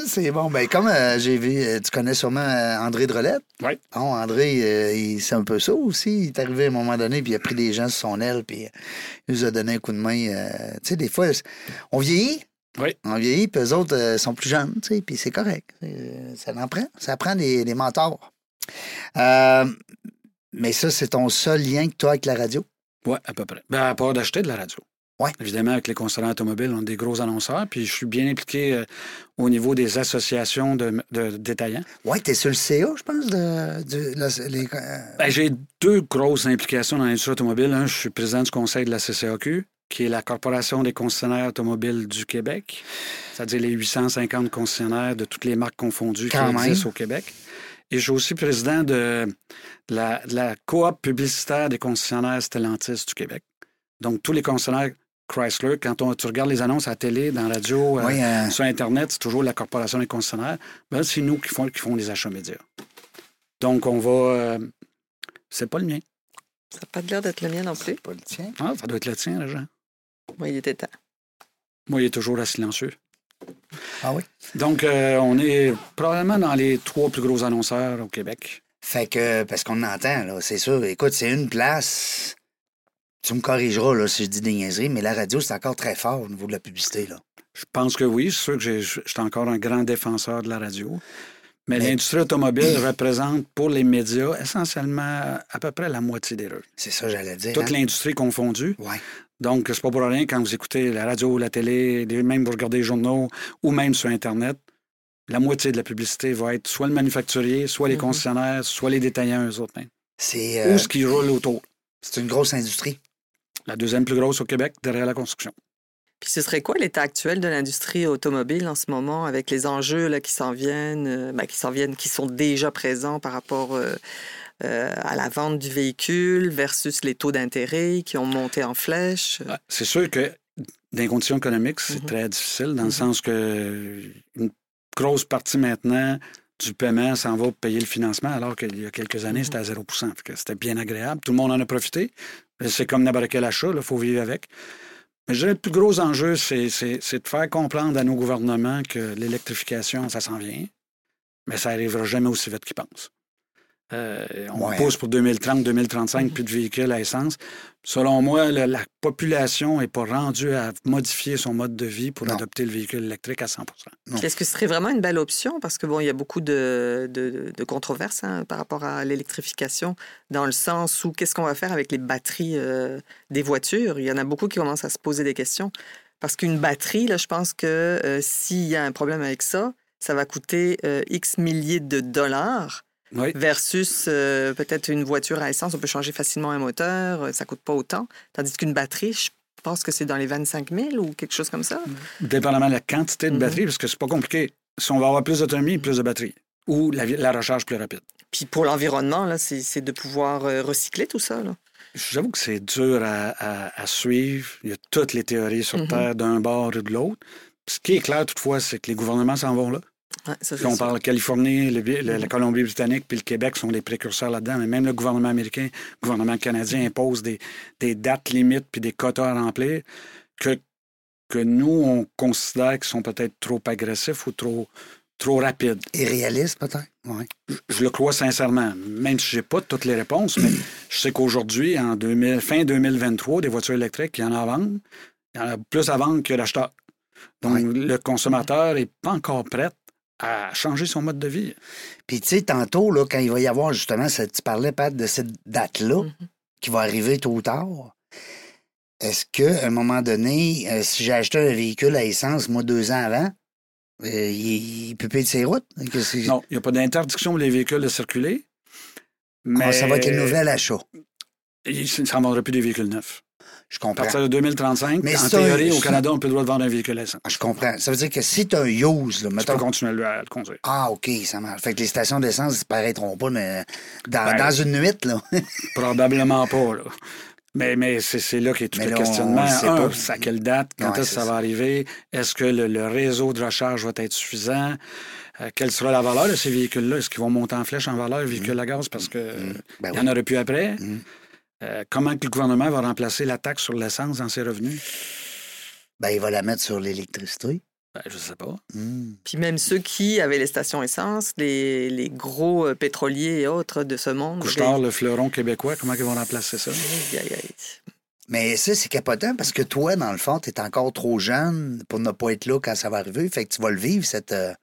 C'est bon. Ben, comme euh, j'ai vu, euh, tu connais sûrement euh, André Drolette. Oui. Oh, André, euh, il- c'est un peu ça aussi. Il est arrivé à un moment donné, puis il a pris des gens sous son aile, puis euh, il nous a donné un coup de main. euh, tu sais, des fois, c- on vieillit. Oui. On vieillit, puis eux autres euh, sont plus jeunes, tu sais, puis c'est correct. Euh, ça en prend. Ça prend des, des mentors. Euh, mais ça, c'est ton seul lien que tu as avec la radio. Oui, à peu près. Ben, à part d'acheter de la radio. Ouais. Évidemment, avec les concernants automobiles, on est des gros annonceurs, puis je suis bien impliqué euh, au niveau des associations de, de détaillants. Oui, tu es sur le CA, je pense, de, du- la- les- euh, Ben, j'ai deux grosses implications dans l'industrie automobile. Un, je suis président du conseil de la CCAQ, qui est la Corporation des concessionnaires automobiles du Québec, c'est-à-dire les 850 concessionnaires de toutes les marques confondues Quand qui même. existent au Québec. Et je suis aussi président de la, de la coop publicitaire des concessionnaires Stellantis du Québec. Donc, tous les concessionnaires Chrysler, quand on, tu regardes les annonces à la télé, dans la radio, euh, oui, euh, sur Internet, c'est toujours la corporation des concessionnaires. Ben, c'est nous qui font, qui font les achats médias. Donc, on va. euh, c'est pas le mien. Ça n'a pas l'air d'être le mien non plus. pas le tien. Ah, ça doit être le tien, l'agent. Moi, il était temps. Moi, il est toujours à silencieux. Ah oui? Donc, euh, on est probablement dans les trois plus gros annonceurs au Québec. Fait que, parce qu'on entend, là, c'est sûr. Écoute, c'est une place. Tu me corrigeras, là, si je dis des niaiseries, mais la radio, c'est encore très fort au niveau de la publicité, là. Je pense que oui, c'est sûr que j'ai- je suis encore un grand défenseur de la radio. Mais, Mais- l'industrie automobile représente pour les médias essentiellement à peu près la moitié des rôles. C'est ça, j'allais dire. Toute hein? l'industrie confondue. Ouais. Donc, c'est pas pour rien quand vous écoutez la radio, la télé, les- même vous regardez les journaux ou même sur Internet, la moitié de la publicité va être soit le manufacturier, soit les Mhm. concessionnaires, soit les détaillants eux autres même. C'est, euh, Ou ce qui roule autour. c'est une grosse industrie. La deuxième plus grosse au Québec derrière la construction. Puis ce serait quoi l'état actuel de l'industrie automobile en ce moment avec les enjeux là, qui s'en viennent, euh, ben, qui s'en viennent, qui sont déjà présents par rapport euh, euh, à la vente du véhicule versus les taux d'intérêt qui ont monté en flèche? Ah, C'est sûr que dans les conditions économiques, c'est Mhm. très difficile dans Mhm. le sens que une grosse partie maintenant du paiement s'en va pour payer le financement, alors qu'il y a quelques années, c'était à 0 Fait que C'était bien agréable. Tout le monde en a profité. Mais C'est comme n'importe quel achat, il faut vivre avec. Mais je dirais, le plus gros enjeu, c'est c'est- c'est de faire comprendre à nos gouvernements que l'électrification, ça s'en vient, mais ça n'arrivera jamais aussi vite qu'ils pensent. Euh, on Ouais. Mm-hmm. pousse pour 2030, 2035, plus de véhicules à essence. Selon moi, la, la population n'est pas rendue à modifier son mode de vie pour Non. adopter le véhicule électrique à 100 Non. Puis Est-ce que ce serait vraiment une belle option? Parce que bon, il y a beaucoup de, de- de controverses hein, par rapport à l'électrification, dans le sens où qu'est-ce qu'on va faire avec les batteries euh, des voitures? Il y en a beaucoup qui commencent à se poser des questions. Parce qu'une batterie, là, je pense que euh, s'il y a un problème avec ça, ça va coûter euh, X milliers de dollars Oui. versus euh, peut-être une voiture à essence. On peut changer facilement un moteur, euh, ça coûte pas autant. Tandis qu'une batterie, je pense que c'est dans les 25 000 ou quelque chose comme ça. Dépendamment de la quantité de Mhm. batterie, parce que c'est pas compliqué. Si on va avoir plus d'autonomie, plus de batterie. Ou la, vi- la recharge plus rapide. Puis pour l'environnement, là, c'est c'est de pouvoir euh, recycler tout ça. Là. J'avoue que c'est dur à, à- à suivre. Il y a toutes les théories sur Mhm. Terre d'un bord et de l'autre. Ce qui est clair, toutefois, c'est que les gouvernements s'en vont là. Ouais, ça, c'est Puis on ça. Mhm. parle Californie, le- le- la Colombie-Britannique, puis le Québec sont les précurseurs là-dedans. Mais même le gouvernement américain, le gouvernement Mhm. canadien impose des, des dates limites puis des quotas à remplir que, que nous, on considère qu'ils sont peut-être trop agressifs ou trop, trop rapides. Et réaliste, peut-être. Ouais. Je le crois sincèrement, même si j'ai pas toutes les réponses, mais je sais qu'aujourd'hui, en 2000 fin 2023, des voitures électriques, il y en a à vendre. Il y en a plus à vendre que d'acheteur. Donc, Ouais. le consommateur n'est pas encore prêt à changer son mode de vie. Puis, tu sais, tantôt, là, quand il va y avoir justement, cette- tu parlais, Pat, de cette date-là Mhm. qui va arriver tôt ou tard. Est-ce qu'à un moment donné, euh, si j'ai acheté un véhicule à essence, moi, deux ans avant, euh, il, il peut payer de ses routes? Qu'est-ce que- Non, il n'y a pas d'interdiction pour les véhicules de circuler. Mais Ah, Ça va être le nouvel achat. il- Ça ne vendra plus des véhicules neufs. Je À comprends. partir de 2035, Mais en ça, théorie, au ça- Canada, on peut le droit de vendre un véhicule à essence. Je comprends. Ça veut dire que si tu un use, là, Tu peux mettons. continuer à le- à le conduire. Ah, OK, ça marche. Fait que les stations d'essence disparaîtront pas, mais dans, Ben- dans une nuit, là. Probablement pas, là. Mais, mais c'est c'est là qu'est tout Mais le là, on- on questionnement. le sait Un, pas. c'est à quelle date? Ouais, Quand est-ce que c'est ça ça. va arriver? Est-ce que le, le réseau de recharge va être suffisant? Euh, quelle sera la valeur de ces véhicules-là? Est-ce qu'ils vont monter en flèche en valeur, les véhicules à gaz, parce que euh, Mmh. Ben il oui. y en aurait plus après? Mm. Euh, comment que le gouvernement va remplacer la taxe sur l'essence dans ses revenus? Ben, il va la mettre sur l'électricité. Ben, je sais pas. Hmm. Puis même ceux qui avaient les stations essence, les, les gros euh, pétroliers et autres de ce monde. Couche-tard, le fleuron québécois, comment ils vont remplacer ça? Aïe, aïe, aïe. Mais ça, c'est capotant parce que toi, dans le fond, t'es encore trop jeune pour ne pas être là quand ça va arriver. Fait que tu vas le vivre, cette. euh,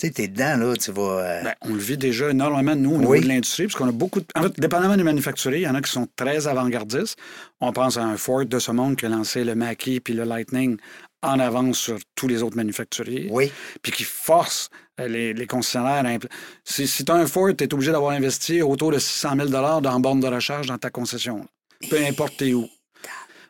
Tu sais, t'es dedans, là. Tu vas. euh, Ben, on le vit déjà énormément, nous, au niveau Oui. de l'industrie, parce qu'on a beaucoup de... En fait, dépendamment des manufacturiers, il y en a qui sont très avant-gardistes. On pense à un Ford de ce monde qui a lancé le Mackie puis le Lightning en avance sur tous les autres manufacturiers, Oui. puis qui force euh, les, les concessionnaires à... impl- Si, si tu as un Ford, tu es obligé d'avoir investi autour de 600 000 dans borne de recharge dans ta concession. Peu importe t'es où.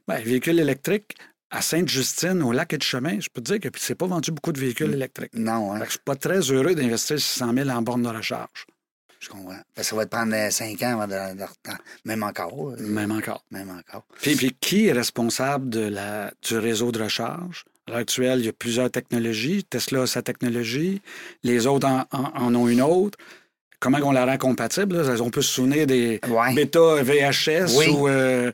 Ben, véhicule électrique, à Sainte-Justine, au lac et de chemin, je peux te dire que c'est pas vendu beaucoup de véhicules électriques. Non, Fait hein, que Ben, je suis pas très heureux d'investir 600 000 en borne de recharge. je comprends. Ben, ça va te prendre 5 ans avant de. de- Même encore. euh, Même encore. Même encore. Puis, puis qui est responsable de la, du réseau de recharge? À l'heure actuelle, il y a plusieurs technologies. Tesla a sa technologie. Les autres en, en- en ont une autre. Comment on la rend compatible? là? On peut se souvenir des Ouais. bêta VHS Oui. ou euh,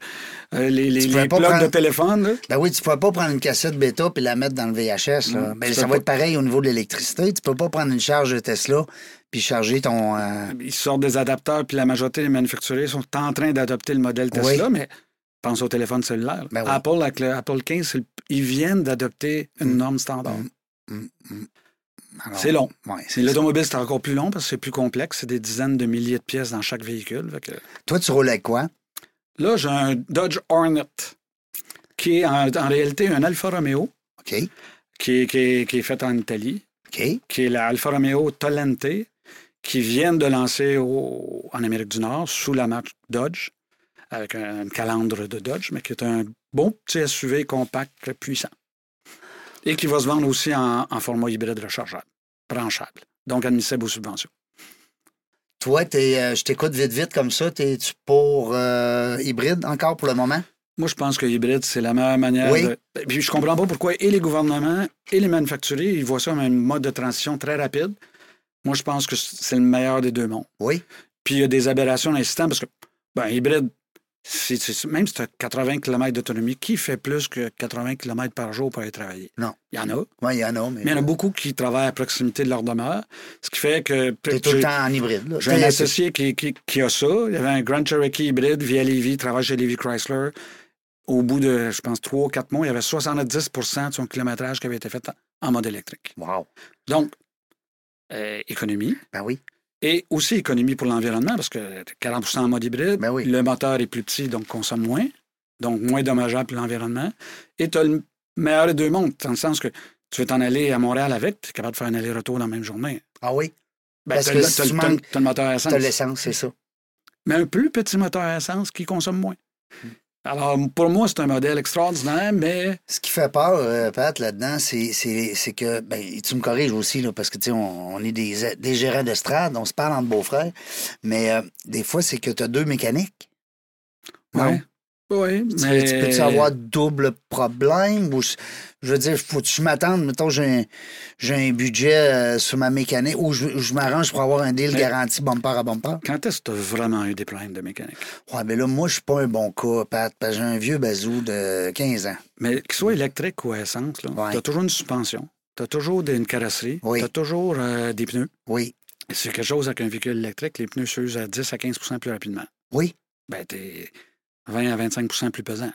euh, les, les, Tu pouvais les pas plugs prendre- de téléphone. là. Ben oui, tu peux pas prendre une cassette bêta puis la mettre dans le VHS. Là. Mm. Ben, Tu ça peux va pas- être pareil au niveau de l'électricité. Tu peux pas prendre une charge de Tesla puis charger ton. euh, Ils sortent des adapteurs, puis la majorité des manufacturiers sont en train d'adopter le modèle Tesla, mais pense au téléphone cellulaire. là. Ben oui. Apple, avec le Apple 15, c'est le- ils viennent d'adopter une Mm. norme standard. Mm. mm, mm. Alors, C'est long. ouais, C'est- c'est ça. L'automobile, c'est encore plus long parce que c'est plus complexe. C'est des dizaines de milliers de pièces dans chaque véhicule. Fait que- Toi, tu roules avec quoi? Là, j'ai un Dodge Hornet qui est en, en réalité un Alfa Romeo OK. qui est, qui est- qui est fait en Italie, OK. qui est la Alfa Romeo Tolente qui viennent de lancer au- en Amérique du Nord sous la marque Dodge avec un, calandre de Dodge, mais qui est un bon petit SUV compact puissant et qui va se vendre aussi en, en format hybride rechargeable, branchable, donc admissible aux subventions. Toi, t'es, euh, je t'écoute vite, vite comme ça. T'es-tu pour euh, hybride encore pour le moment? Moi, je pense que hybride, c'est la meilleure manière. Oui. de- Ben, Puis je comprends pas pourquoi et les gouvernements et les manufacturiers, ils voient ça comme un mode de transition très rapide. Moi, je pense que c'est le meilleur des deux mondes. Oui. Puis il y a des aberrations dans le système parce que, ben, hybride, c'est- c'est- même si tu as 80 km d'autonomie, qui fait plus que 80 km par jour pour aller travailler? Non. Mm-hmm. Il y en a. Oui, il y en a, mais. Mais il y en a beaucoup qui travaillent à proximité de leur demeure, ce qui fait que... T'es tout le temps en hybride. là. J'ai un T'es- associé qui, qui- qui a ça. Il y avait un Grand Cherokee hybride, via Lévis, travaille chez Lévis Chrysler. Au bout de, je pense, trois ou quatre mois, il y avait 70 de son kilométrage qui avait été fait en- en mode électrique. Wow. Donc, euh, économie. Ben oui. Et aussi économie pour l'environnement, parce que 40 en mode hybride, Ben oui. le moteur est plus petit, donc consomme moins, donc moins dommageable pour l'environnement. Et tu as le meilleur des deux mondes, dans le sens que tu veux t'en aller à Montréal avec, tu es capable de faire un aller-retour dans la même journée. Ah oui, Ben, Parce t'as que le- si t'as tu le- manques- t'as le moteur à t'as essence. l'essence, c'est ça. mais un plus petit moteur à essence qui consomme moins. Hmm. Alors, pour moi, c'est un modèle extraordinaire, mais Ce qui fait peur, euh, Pat, là-dedans, c'est- c'est c'est que, ben, tu me corriges aussi, là, parce que, tu sais, on, on est des, des gérants d'estrade, on se parle entre beaux-frères, mais euh, des fois, c'est que tu as deux mécaniques. Non. Ouais. Oui, Tu- mais... Tu peux-tu avoir double problème? Ou, je je veux dire, faut que je m'attende, mettons, j'ai un, j'ai un budget euh, sur ma mécanique, ou je, je m'arrange pour avoir un deal Mais- garanti bumper à bumper. Quand est-ce que tu as vraiment eu des problèmes de mécanique? Ouais, mais là, moi, je suis pas un bon cas, Pat, parce que j'ai un vieux bazou de 15 ans. Mais qu'il soit électrique ou à essence, là, Ouais. tu as toujours une suspension, tu as toujours des- une carrosserie, Oui. tu as toujours euh, des pneus. Oui, C'est quelque chose avec un véhicule électrique, les pneus s'usent à 10 à 15 plus rapidement. oui. Ben, tu 20 à 25 plus pesant.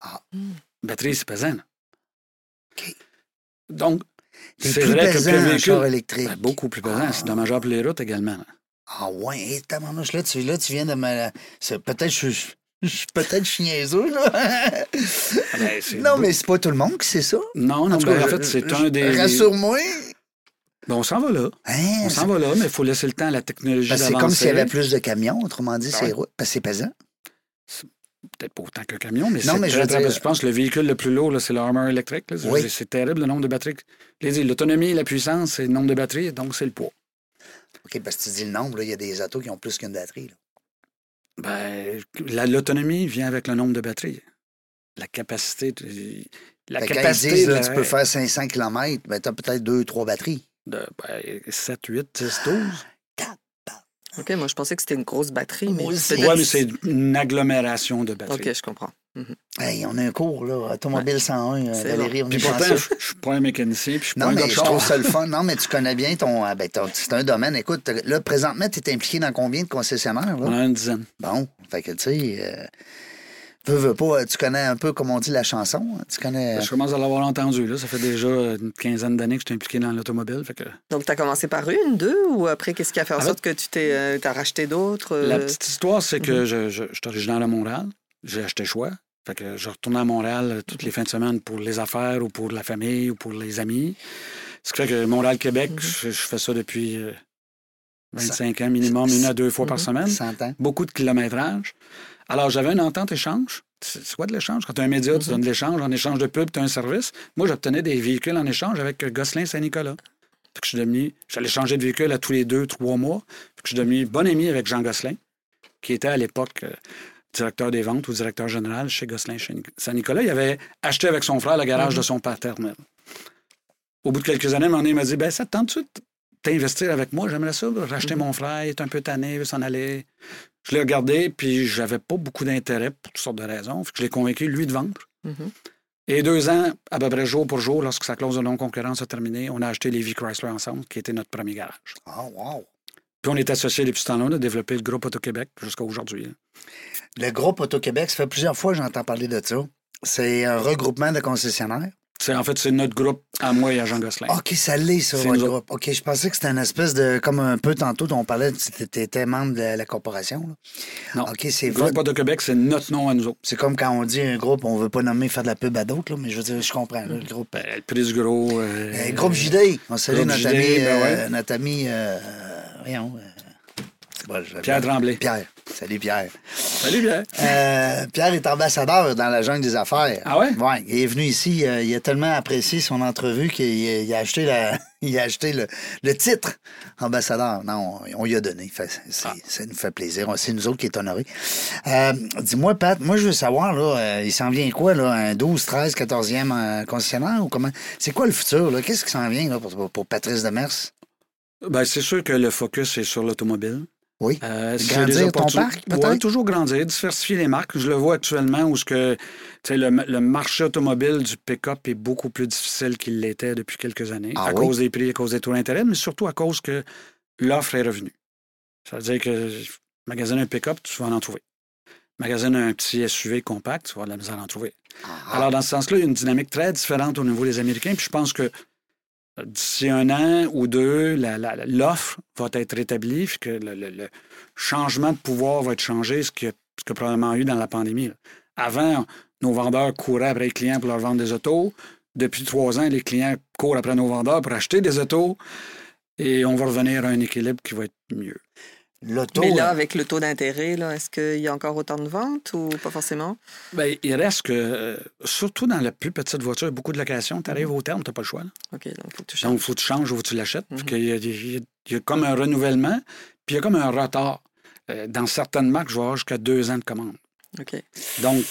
Ah. Hmm. Batterie, c'est pesant. là. OK. Donc, T'es c'est plus vrai que pesant le en char véhicule. électrique. Ben, beaucoup plus pesant. Ah. C'est dommageable pour les routes également. là. Ah ouais, hé, tabarnouche, là, tu, là, tu viens de me... c'est- Peut-être que je suis... je- Peut-être que je suis niaiseux, là. ben, Ah. c'est non, beau. mais c'est pas tout le monde qui sait ça. Non, non, En tout mais cas, en fait, je- c'est je- un des. Rassure-moi. Ben, on s'en va là. Hein, On c'est- s'en va là, mais il faut laisser le temps à la technologie parce que Ben, c'est d'avancer. comme s'il y avait plus de camions, autrement dit, Ouais. c'est routes, parce que c'est pesant. peut-être pas autant qu'un camion, mais Non, c'est mais très, je veux très- dire- je pense que le véhicule le plus lourd, là, c'est le Hummer électrique. là. Oui. C'est- C'est terrible le nombre de batteries. que- Je l'ai dit, l'autonomie, la puissance, c'est le nombre de batteries, donc c'est le poids. OK, parce que tu dis le nombre, là, il y a des autos qui ont plus qu'une batterie. là. Ben, la- l'autonomie vient avec le nombre de batteries. La capacité. de- La Fait que Ben, quand ils capacité. disent, de là, la- tu peux faire 500 km, ben, t'as peut-être deux, trois batteries. de- ben, 7, 8, 10, 12. Ah, OK, moi, je pensais que c'était une grosse batterie, mais Moi aussi. peut-être- Oui, mais c'est une agglomération de batteries. OK, je comprends. Hey, on a un cours, là, Automobile 101, euh, C'est Valérie, on est Puis pourtant, chanceux. je je suis pas un mécanicien, puis je suis Non, pas un gars mais de je char. trouve ça le fun. Non, mais tu connais bien ton. ah, Ben, ton- c'est un domaine. Écoute, là, présentement, tu es impliqué dans combien de concessionnaires? On Là? en a une dizaine. Bon, fait que, tu sais, euh, veux, veux pas, tu connais un peu, comme on dit, la chanson. hein? Tu connais. Je commence à l'avoir entendu. Là. Ça fait déjà une quinzaine d'années que je suis impliqué dans l'automobile. Fait que... Donc, tu as commencé par une, deux, ou après, qu'est-ce qui a fait en Ah, sorte que tu t'es euh, t'as racheté d'autres? La euh, petite histoire, c'est que je, je, je suis originaire de Montréal. J'ai acheté choix. Fait que je retournais à Montréal euh, toutes les fins de semaine pour les affaires ou pour la famille ou pour les amis. Ce qui fait que Montréal-Québec, Mhm. je, je fais ça depuis euh, 25 ans minimum, une à deux fois par Mhm. semaine. 100 ans. hein? Beaucoup de kilométrage. Alors, j'avais une entente échange. C'est c'est quoi de l'échange? Quand tu as un média, tu donnes de l'échange. En échange de pub, tu as un service. Moi, j'obtenais des véhicules en échange avec euh, Gosselin Saint-Nicolas. Fait que je suis devenu, j'allais changer de véhicule à tous les deux, trois mois. Fait que je suis devenu bon ami avec Jean Gosselin, qui était à l'époque euh, directeur des ventes ou directeur général chez Gosselin chez Nic- Saint-Nicolas. Il avait acheté avec son frère le garage de son paternel. Au bout de quelques années, un moment donné, il m'a dit ben ça te tente-tu de t'investir avec moi J'aimerais ça, racheter mon frère, il est un peu tanné, il veut s'en aller. Je l'ai regardé, puis j'avais pas beaucoup d'intérêt pour toutes sortes de raisons. Fait que je l'ai convaincu, lui, de vendre. Mhm. Et deux ans, à peu près jour pour jour, lorsque sa clause de non-concurrence a terminé, on a acheté les Chrysler ensemble, qui était notre premier garage. Oh, wow. Puis on est associés depuis ce temps-là, on a développé le groupe Auto-Québec jusqu'à aujourd'hui. hein. là. Le groupe Auto-Québec, ça fait plusieurs fois que j'entends parler de ça. C'est un regroupement de concessionnaires. C'est- En fait, c'est notre groupe à moi et à Jean Gosselin. OK, ça l'est, ça, C'est votre nous autres. groupe. OK, je pensais que c'était une espèce de. Comme un peu tantôt, on parlait, tu étais membre de la corporation. là. Non. OK, c'est le votre groupe Auto-Québec, c'est notre nom à nous autres. C'est comme quand on dit un groupe, on veut pas nommer faire de la pub à d'autres, là, mais je veux dire, je comprends. là, le groupe. Ben, le Prise Gros. euh, Euh, groupe JD, on salue Groupe notre, JD, ami, ben euh, ouais. notre ami. euh, voyons, euh, c'est bon, je- Pierre Tremblay. Pierre. Salut Pierre. Salut, Pierre. Euh, Pierre est ambassadeur dans la jungle des affaires. Ah ouais? Ouais, il est venu ici, euh, il a tellement apprécié son entrevue qu'il il a acheté, la, il a acheté le, le titre ambassadeur. Non, on, on lui a donné. Fait- Ah. c'est- Ça nous fait plaisir. C'est nous autres qui est honorés. Euh, Dis-moi, Pat, moi je veux savoir, là, euh, il s'en vient quoi, là, un 12, 13, 14e euh, concessionnaire ou comment? C'est quoi le futur? là? Qu'est-ce qui s'en vient là, pour, pour Patrice Demers? Ben, c'est sûr que le focus est sur l'automobile. Oui. Euh, c'est Grandir des ton opportun- parc, peut-être? Ouais, toujours grandir, diversifier les marques. Je le vois actuellement où ce que, tu sais, le, le marché automobile du pick-up est beaucoup plus difficile qu'il l'était depuis quelques années, Ah à oui? cause des prix, à cause des taux d'intérêt, mais surtout à cause que l'offre est revenue. Ça veut dire que magasiner un pick-up, tu vas en trouver. Magasiner un petit SUV compact, tu vas avoir de la misère à en trouver. Ah, Alors, dans ce sens-là, il y a une dynamique très différente au niveau des Américains. Puis je pense que euh, d'ici un an ou deux, la- la- la- l'offre va être rétablie, puis que le, le- le changement de pouvoir va être changé, ce qu'il y a ce qu'il y a probablement eu dans la pandémie. là. Avant, nos vendeurs couraient après les clients pour leur vendre des autos. Depuis trois ans, les clients courent après nos vendeurs pour acheter des autos. Et on va revenir à un équilibre qui va être mieux. L'auto. Mais là, là. avec le taux d'intérêt, là, est-ce qu'il y a encore autant de ventes ou pas forcément? Ben, il reste que, euh, surtout dans la plus petite voiture, beaucoup de locations, tu arrives au terme, tu n'as pas le choix. là. OK, donc faut que tu Donc, changes. il faut que tu changes ou tu l'achètes. Puis Mhm. qu'il y a- Il y, a- il y a comme un renouvellement, puis il y a comme un retard. Euh, dans certaines marques, je vais avoir jusqu'à deux ans de commande. OK. Donc,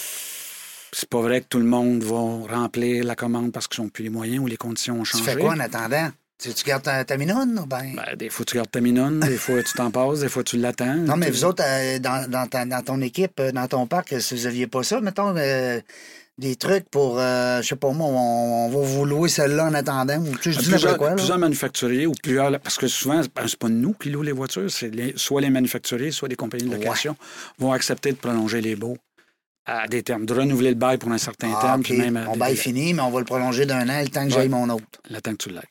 c'est pas vrai que tout le monde va remplir la commande parce qu'ils n'ont plus les moyens ou les conditions ont Tu changé. fais quoi en attendant? Tu, tu gardes ta, ta minoune? ou Ben... Ben, des fois, tu gardes ta minoune, des fois, tu t'en passes, des fois, tu l'attends. non, mais Tu- vous autres, euh, dans, dans ta- dans ton équipe, euh, dans ton parc, euh, si vous aviez pas ça, mettons, euh, des trucs pour, euh, je sais pas moi, on, on va vous louer celle-là en attendant. Ou, tu sais, je dis n'importe plusieurs, quoi. là. plusieurs manufacturiers ou plusieurs. Parce que souvent, ben, c'est pas nous qui louons les voitures, c'est les- soit les manufacturiers, soit les compagnies de Ouais. location vont accepter de prolonger les baux à des termes, de renouveler le bail pour un certain Ah, terme, OK. puis même à Mon des bail est délais. fini, mais on va le prolonger d'un an le temps que Ouais. j'aille mon autre. le temps que tu l'aies.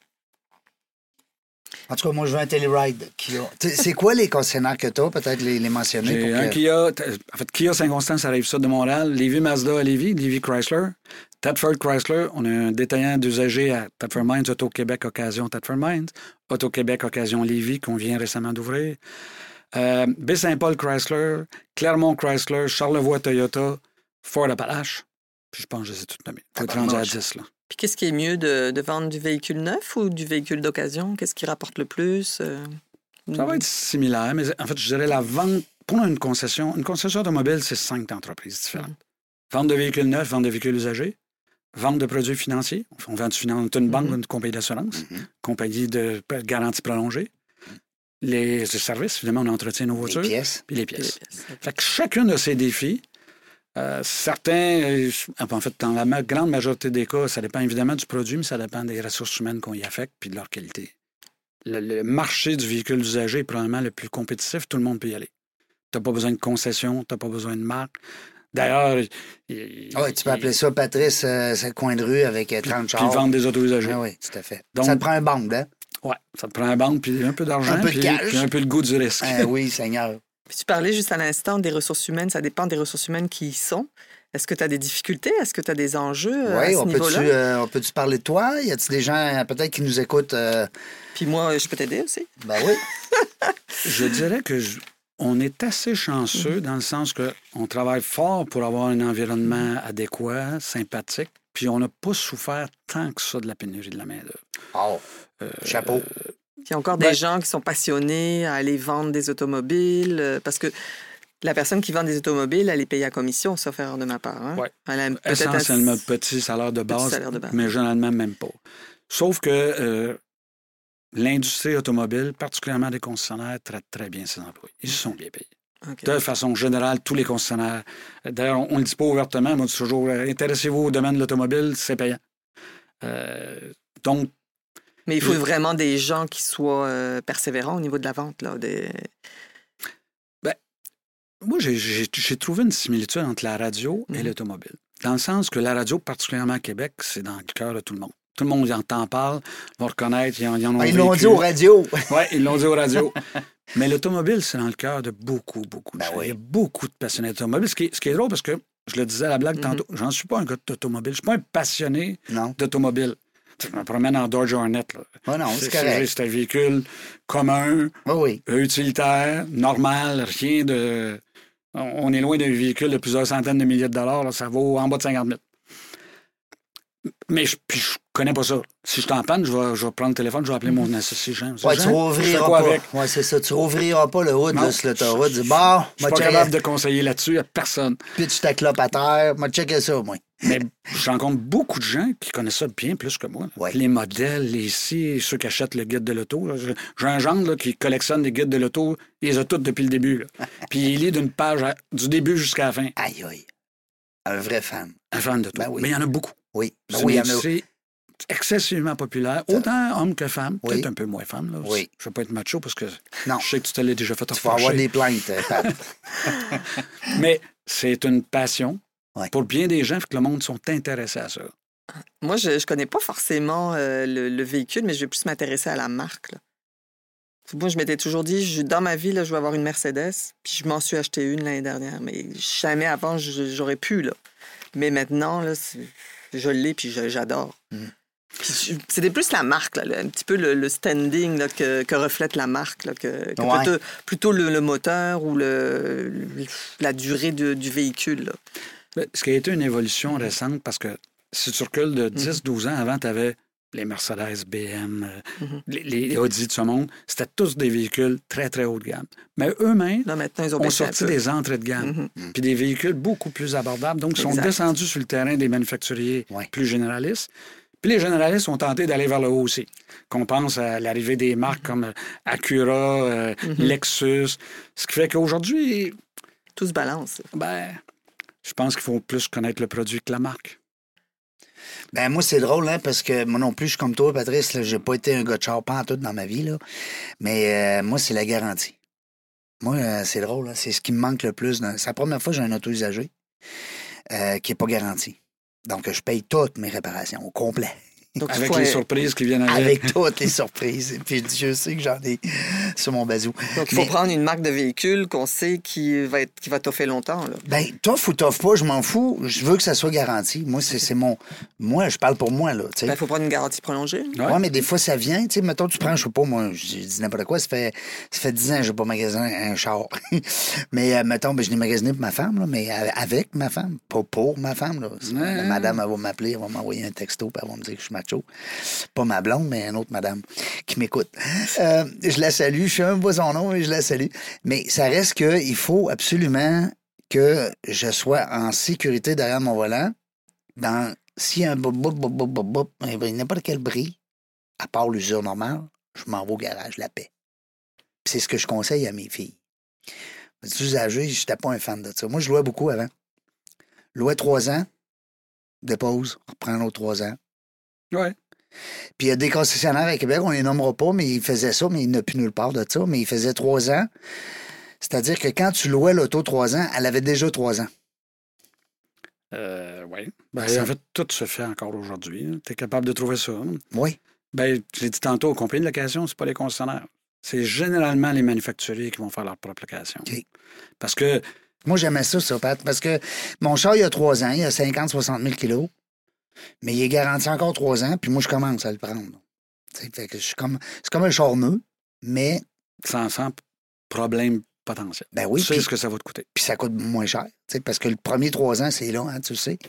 En tout cas, moi, je veux un Telluride. Kia. Tu sais, C'est quoi les concessionnaires que tu as, peut-être les, les mentionner? J'ai pour un que- Kia, t- en fait, Kia Saint-Constant, ça arrive ça de Montréal, Lévis Mazda à Lévis, Lévis Chrysler, Thetford Chrysler, on a un détaillant d'usagers à Thetford Mines, Auto-Québec Occasion Thetford Mines, Auto-Québec Occasion Lévis qu'on vient récemment d'ouvrir, euh, Baie-Saint-Paul Chrysler, Clermont Chrysler, Charlevoix Toyota, Ford Appalaches, puis je pense que je les ai toutes nommées. Faut être rendu à Tabarnouche. 10, là. Puis qu'est-ce qui est mieux de, de vendre du véhicule neuf ou du véhicule d'occasion? Qu'est-ce qui rapporte le plus? euh, Ça va être similaire, mais en fait, je dirais la vente pour une concession. Une concession automobile, c'est cinq entreprises différentes. Mm. Vente de véhicules neufs, vente de véhicules usagés, vente de produits financiers. On vend du finance, une banque, Mm-hmm. Mhm. une compagnie d'assurance, Mhm. compagnie de p- garantie prolongée, les services, évidemment, on entretient nos Les voitures, pièces. puis les les pièces. pièces. Fait que chacune a ses défis. Euh, certains, euh, en fait, dans la ma- grande majorité des cas, ça dépend évidemment du produit, mais ça dépend des ressources humaines qu'on y affecte puis de leur qualité. Le, le marché du véhicule usagé est probablement le plus compétitif. Tout le monde peut y aller. Tu pas besoin de concession, tu pas besoin de marque. D'ailleurs, il- Ah ouais, tu peux il- appeler ça Patrice, euh, c'est le coin de rue avec euh, 30 Puis chars. vendre des autos usagées. Ah oui, tout à fait. Donc- ça te prend un bond, hein? Ouais, ça te prend un banque, puis un peu d'argent, Un peu de puis, cash. puis un peu le goût du risque. Ah oui, Seigneur. Puis tu parlais juste à l'instant des ressources humaines. Ça dépend des ressources humaines qui y sont. Est-ce que tu as des difficultés? Est-ce que tu as des enjeux euh, à oui, ce on peut-tu niveau-là? euh, on peut-tu parler de toi? Y a-t-il des gens euh, peut-être qui nous écoutent? euh, Puis moi, je peux t'aider aussi. ben oui. Je dirais que je- on est assez chanceux dans le sens que on travaille fort pour avoir un environnement adéquat, sympathique, puis on n'a pas souffert tant que ça de la pénurie de la main d'œuvre. Oh, Euh, chapeau. Puis il y a encore Ben- des gens qui sont passionnés à aller vendre des automobiles. euh, Parce que la personne qui vend des automobiles, elle est payée à commission, sauf erreur de ma part. hein. Ouais. Elle a peut-être un- Essentiellement petit salaire de base, salaire de base. mais généralement même pas. Sauf que euh, l'industrie automobile, particulièrement les concessionnaires, traite très bien ses employés. Ils sont bien payés. Ok. De façon générale, tous les concessionnaires. D'ailleurs, on ne le dit pas ouvertement, mais on dit toujours euh, intéressez-vous au domaine de l'automobile, c'est payant. Euh, donc, Mais il faut Je- vraiment des gens qui soient euh, persévérants au niveau de la vente. Là, des- moi, j'ai- j'ai j'ai trouvé une similitude entre la radio et Mhm. l'automobile. Dans le sens que la radio, particulièrement à Québec, c'est dans le cœur de tout le monde. Tout le monde en t'en parle, va reconnaître, ils en, ils en ont Ah, ils l'ont vécu. dit aux radios. Ouais, ils l'ont dit aux radios. Mais l'automobile, c'est dans le cœur de beaucoup, beaucoup de Ben gens. oui. Il y a beaucoup de passionnés d'automobile. Ce qui, est- ce qui est drôle, parce que je le disais à la blague Mhm. tantôt, j'en suis pas un gars d'automobile. Je suis pas un passionné Non. d'automobile. Tu sais, Je me promène en Dodge Hornet. là. Ah non, c'est correct. c'est un véhicule commun, Oui, oui. utilitaire, normal, rien de. On- On est loin d'un véhicule de plusieurs centaines de milliers de dollars, là, ça vaut en bas de 50 000. Mais je, puis je connais pas ça. Si je t'en panne, je vais, je vais prendre le téléphone, je vais appeler mon associé Jean. Mm-hmm. Ouais, Jean, tu je rouvriras fais hein? quoi pas. avec? Ouais, c'est ça. Tu rouvriras pas le hood Non. là, sur l'autoroute. Dis, bon, Je suis m'a pas capable checké. de conseiller là-dessus à personne. Puis tu t'acclopes à terre. M'a checké ça, moi. Mais je rencontre beaucoup de gens qui connaissent ça bien plus que moi. Ouais. Les modèles, les si, ceux qui achètent le guide de l'auto. là. J'ai j'ai un gendre là, qui collectionne les guides de l'auto. Il les a tous depuis le début. là. Puis il lit d'une page à- du début jusqu'à la fin. Aïe, aïe. Un vrai fan. Un fan de tout. Ben oui. Mais il y en a beaucoup. Oui. Ben C'est oui, il y en a- c'est excessivement populaire, autant hommes que femmes, Oui. peut-être un peu moins femmes. Là. Oui. Je ne veux pas être macho parce que Non. je sais que tu te l'es déjà fait Tu vas avoir reprocher. des plaintes, euh, Pat. Mais c'est une passion. Ouais. Pour bien des gens, fait que le monde sont intéressés à ça. Moi, je ne connais pas forcément euh, le, le véhicule, mais je vais plus m'intéresser à la marque. là. Moi, je m'étais toujours dit, je- dans ma vie, là, je vais avoir une Mercedes. Puis je m'en suis acheté une l'année dernière, mais jamais avant, je- j'aurais pu. Là. Mais maintenant, là, c'est- je l'ai, puis je- j'adore. Mmh. Mhm. Puis je- C'était plus la marque, là, le- un petit peu le, le standing là, que, que reflète la marque, là, que, que Ouais. plutôt, plutôt le, le moteur ou le, le- la durée de- du véhicule. là. Mais Ce qui a été une évolution Mm-hmm. récente, parce que si tu recules de 10-12 ans, avant, tu avais les Mercedes, BM, euh, Mm-hmm. Mhm. les, les Audi de ce monde, c'était tous des véhicules très, très haut de gamme. Mais eux-mêmes Là, maintenant, ils ont, ont baissé un sorti peu. des entrées de gamme, Mhm. puis des véhicules beaucoup plus abordables. Donc, ils sont Exact. descendus sur le terrain des manufacturiers Ouais. plus généralistes. Puis les généralistes ont tenté d'aller vers le haut aussi. Qu'on pense à l'arrivée des marques comme euh, Acura, euh, Lexus, ce qui fait qu'aujourd'hui, Tout se balance. ben, je pense qu'il faut plus connaître le produit que la marque. Ben moi, c'est drôle, hein, parce que moi non plus, je suis comme toi, Patrice, là, j'ai pas été un gars de char pas en tout dans ma vie, là. Mais euh, moi, c'est la garantie. Moi, euh, c'est drôle, hein, c'est ce qui me manque le plus. dans- C'est la première fois que j'ai un auto usagé euh, qui est pas garanti. Donc, je paye toutes mes réparations au complet. Donc, il Avec faut- les surprises qui viennent avec. Avec toutes les surprises. Et Puis Dieu sait que j'en ai sur mon bazou. Donc, il faut Mais- prendre une marque de véhicule qu'on sait qui va, être, qui va toffer longtemps. Là. Ben, tough ou tough pas, je m'en fous. Je veux que ça soit garanti. Moi, c'est c'est mon. Moi, je parle pour moi, là. tu sais. Ben, il faut prendre une garantie prolongée. Ouais. Ouais. mais des fois, ça vient. Tu sais, mettons, tu prends, je sais pas, moi, je dis n'importe quoi, ça fait, ça fait 10 ans que j'ai pas magasiné un char. mais euh, mettons, ben, je l'ai magasiné pour ma femme, là, mais a- avec ma femme, pas pour ma femme. Là. Sinon, Ouais. Madame, elle va m'appeler, elle va m'envoyer un texto, puis elle va me dire que je suis macho. Pas ma blonde, mais une autre madame qui m'écoute. Euh, je la salue, je suis un pas son nom, mais je la salue. Mais ça reste que il faut absolument que je sois en sécurité derrière mon volant dans si un bop, bop, bop, bop, bop, bop, un bruit, n'importe quel bruit, à part l'usure normale, je m'en vais au garage, la paix. Puis C'est ce que je conseille à mes filles. Les usagers, je n'étais pas un fan de ça. Moi, je louais beaucoup avant. Louais trois ans, dépose, reprends l'autre trois ans. Ouais. Puis il y a des concessionnaires à Québec, on les nommera pas, mais ils faisaient ça, mais il n'y en a plus nulle part de ça. Mais ils faisaient trois ans. C'est-à-dire que quand tu louais l'auto trois ans, elle avait déjà trois ans. Euh, ouais. Ben, Ça- en fait, tout se fait encore aujourd'hui. Tu es capable de trouver ça. Oui. Ben, je l'ai dit tantôt, aux compagnies de location, c'est pas les concessionnaires. C'est généralement les manufacturiers qui vont faire leur propre location. OK. Parce que, Moi, j'aimais ça, ça, Pat, parce que mon char, il y a trois ans, il a 50, 60 000 kilos, mais il est garanti encore trois ans, puis moi, je commence à le prendre. Tu sais, fait que je suis comme, c'est comme un char neuf, mais, sans, sans problème potentiel. ben oui, tu sais puis, ce que ça va te coûter. puis ça coûte moins cher, tu sais, parce que le premier trois ans, c'est là, hein, tu sais,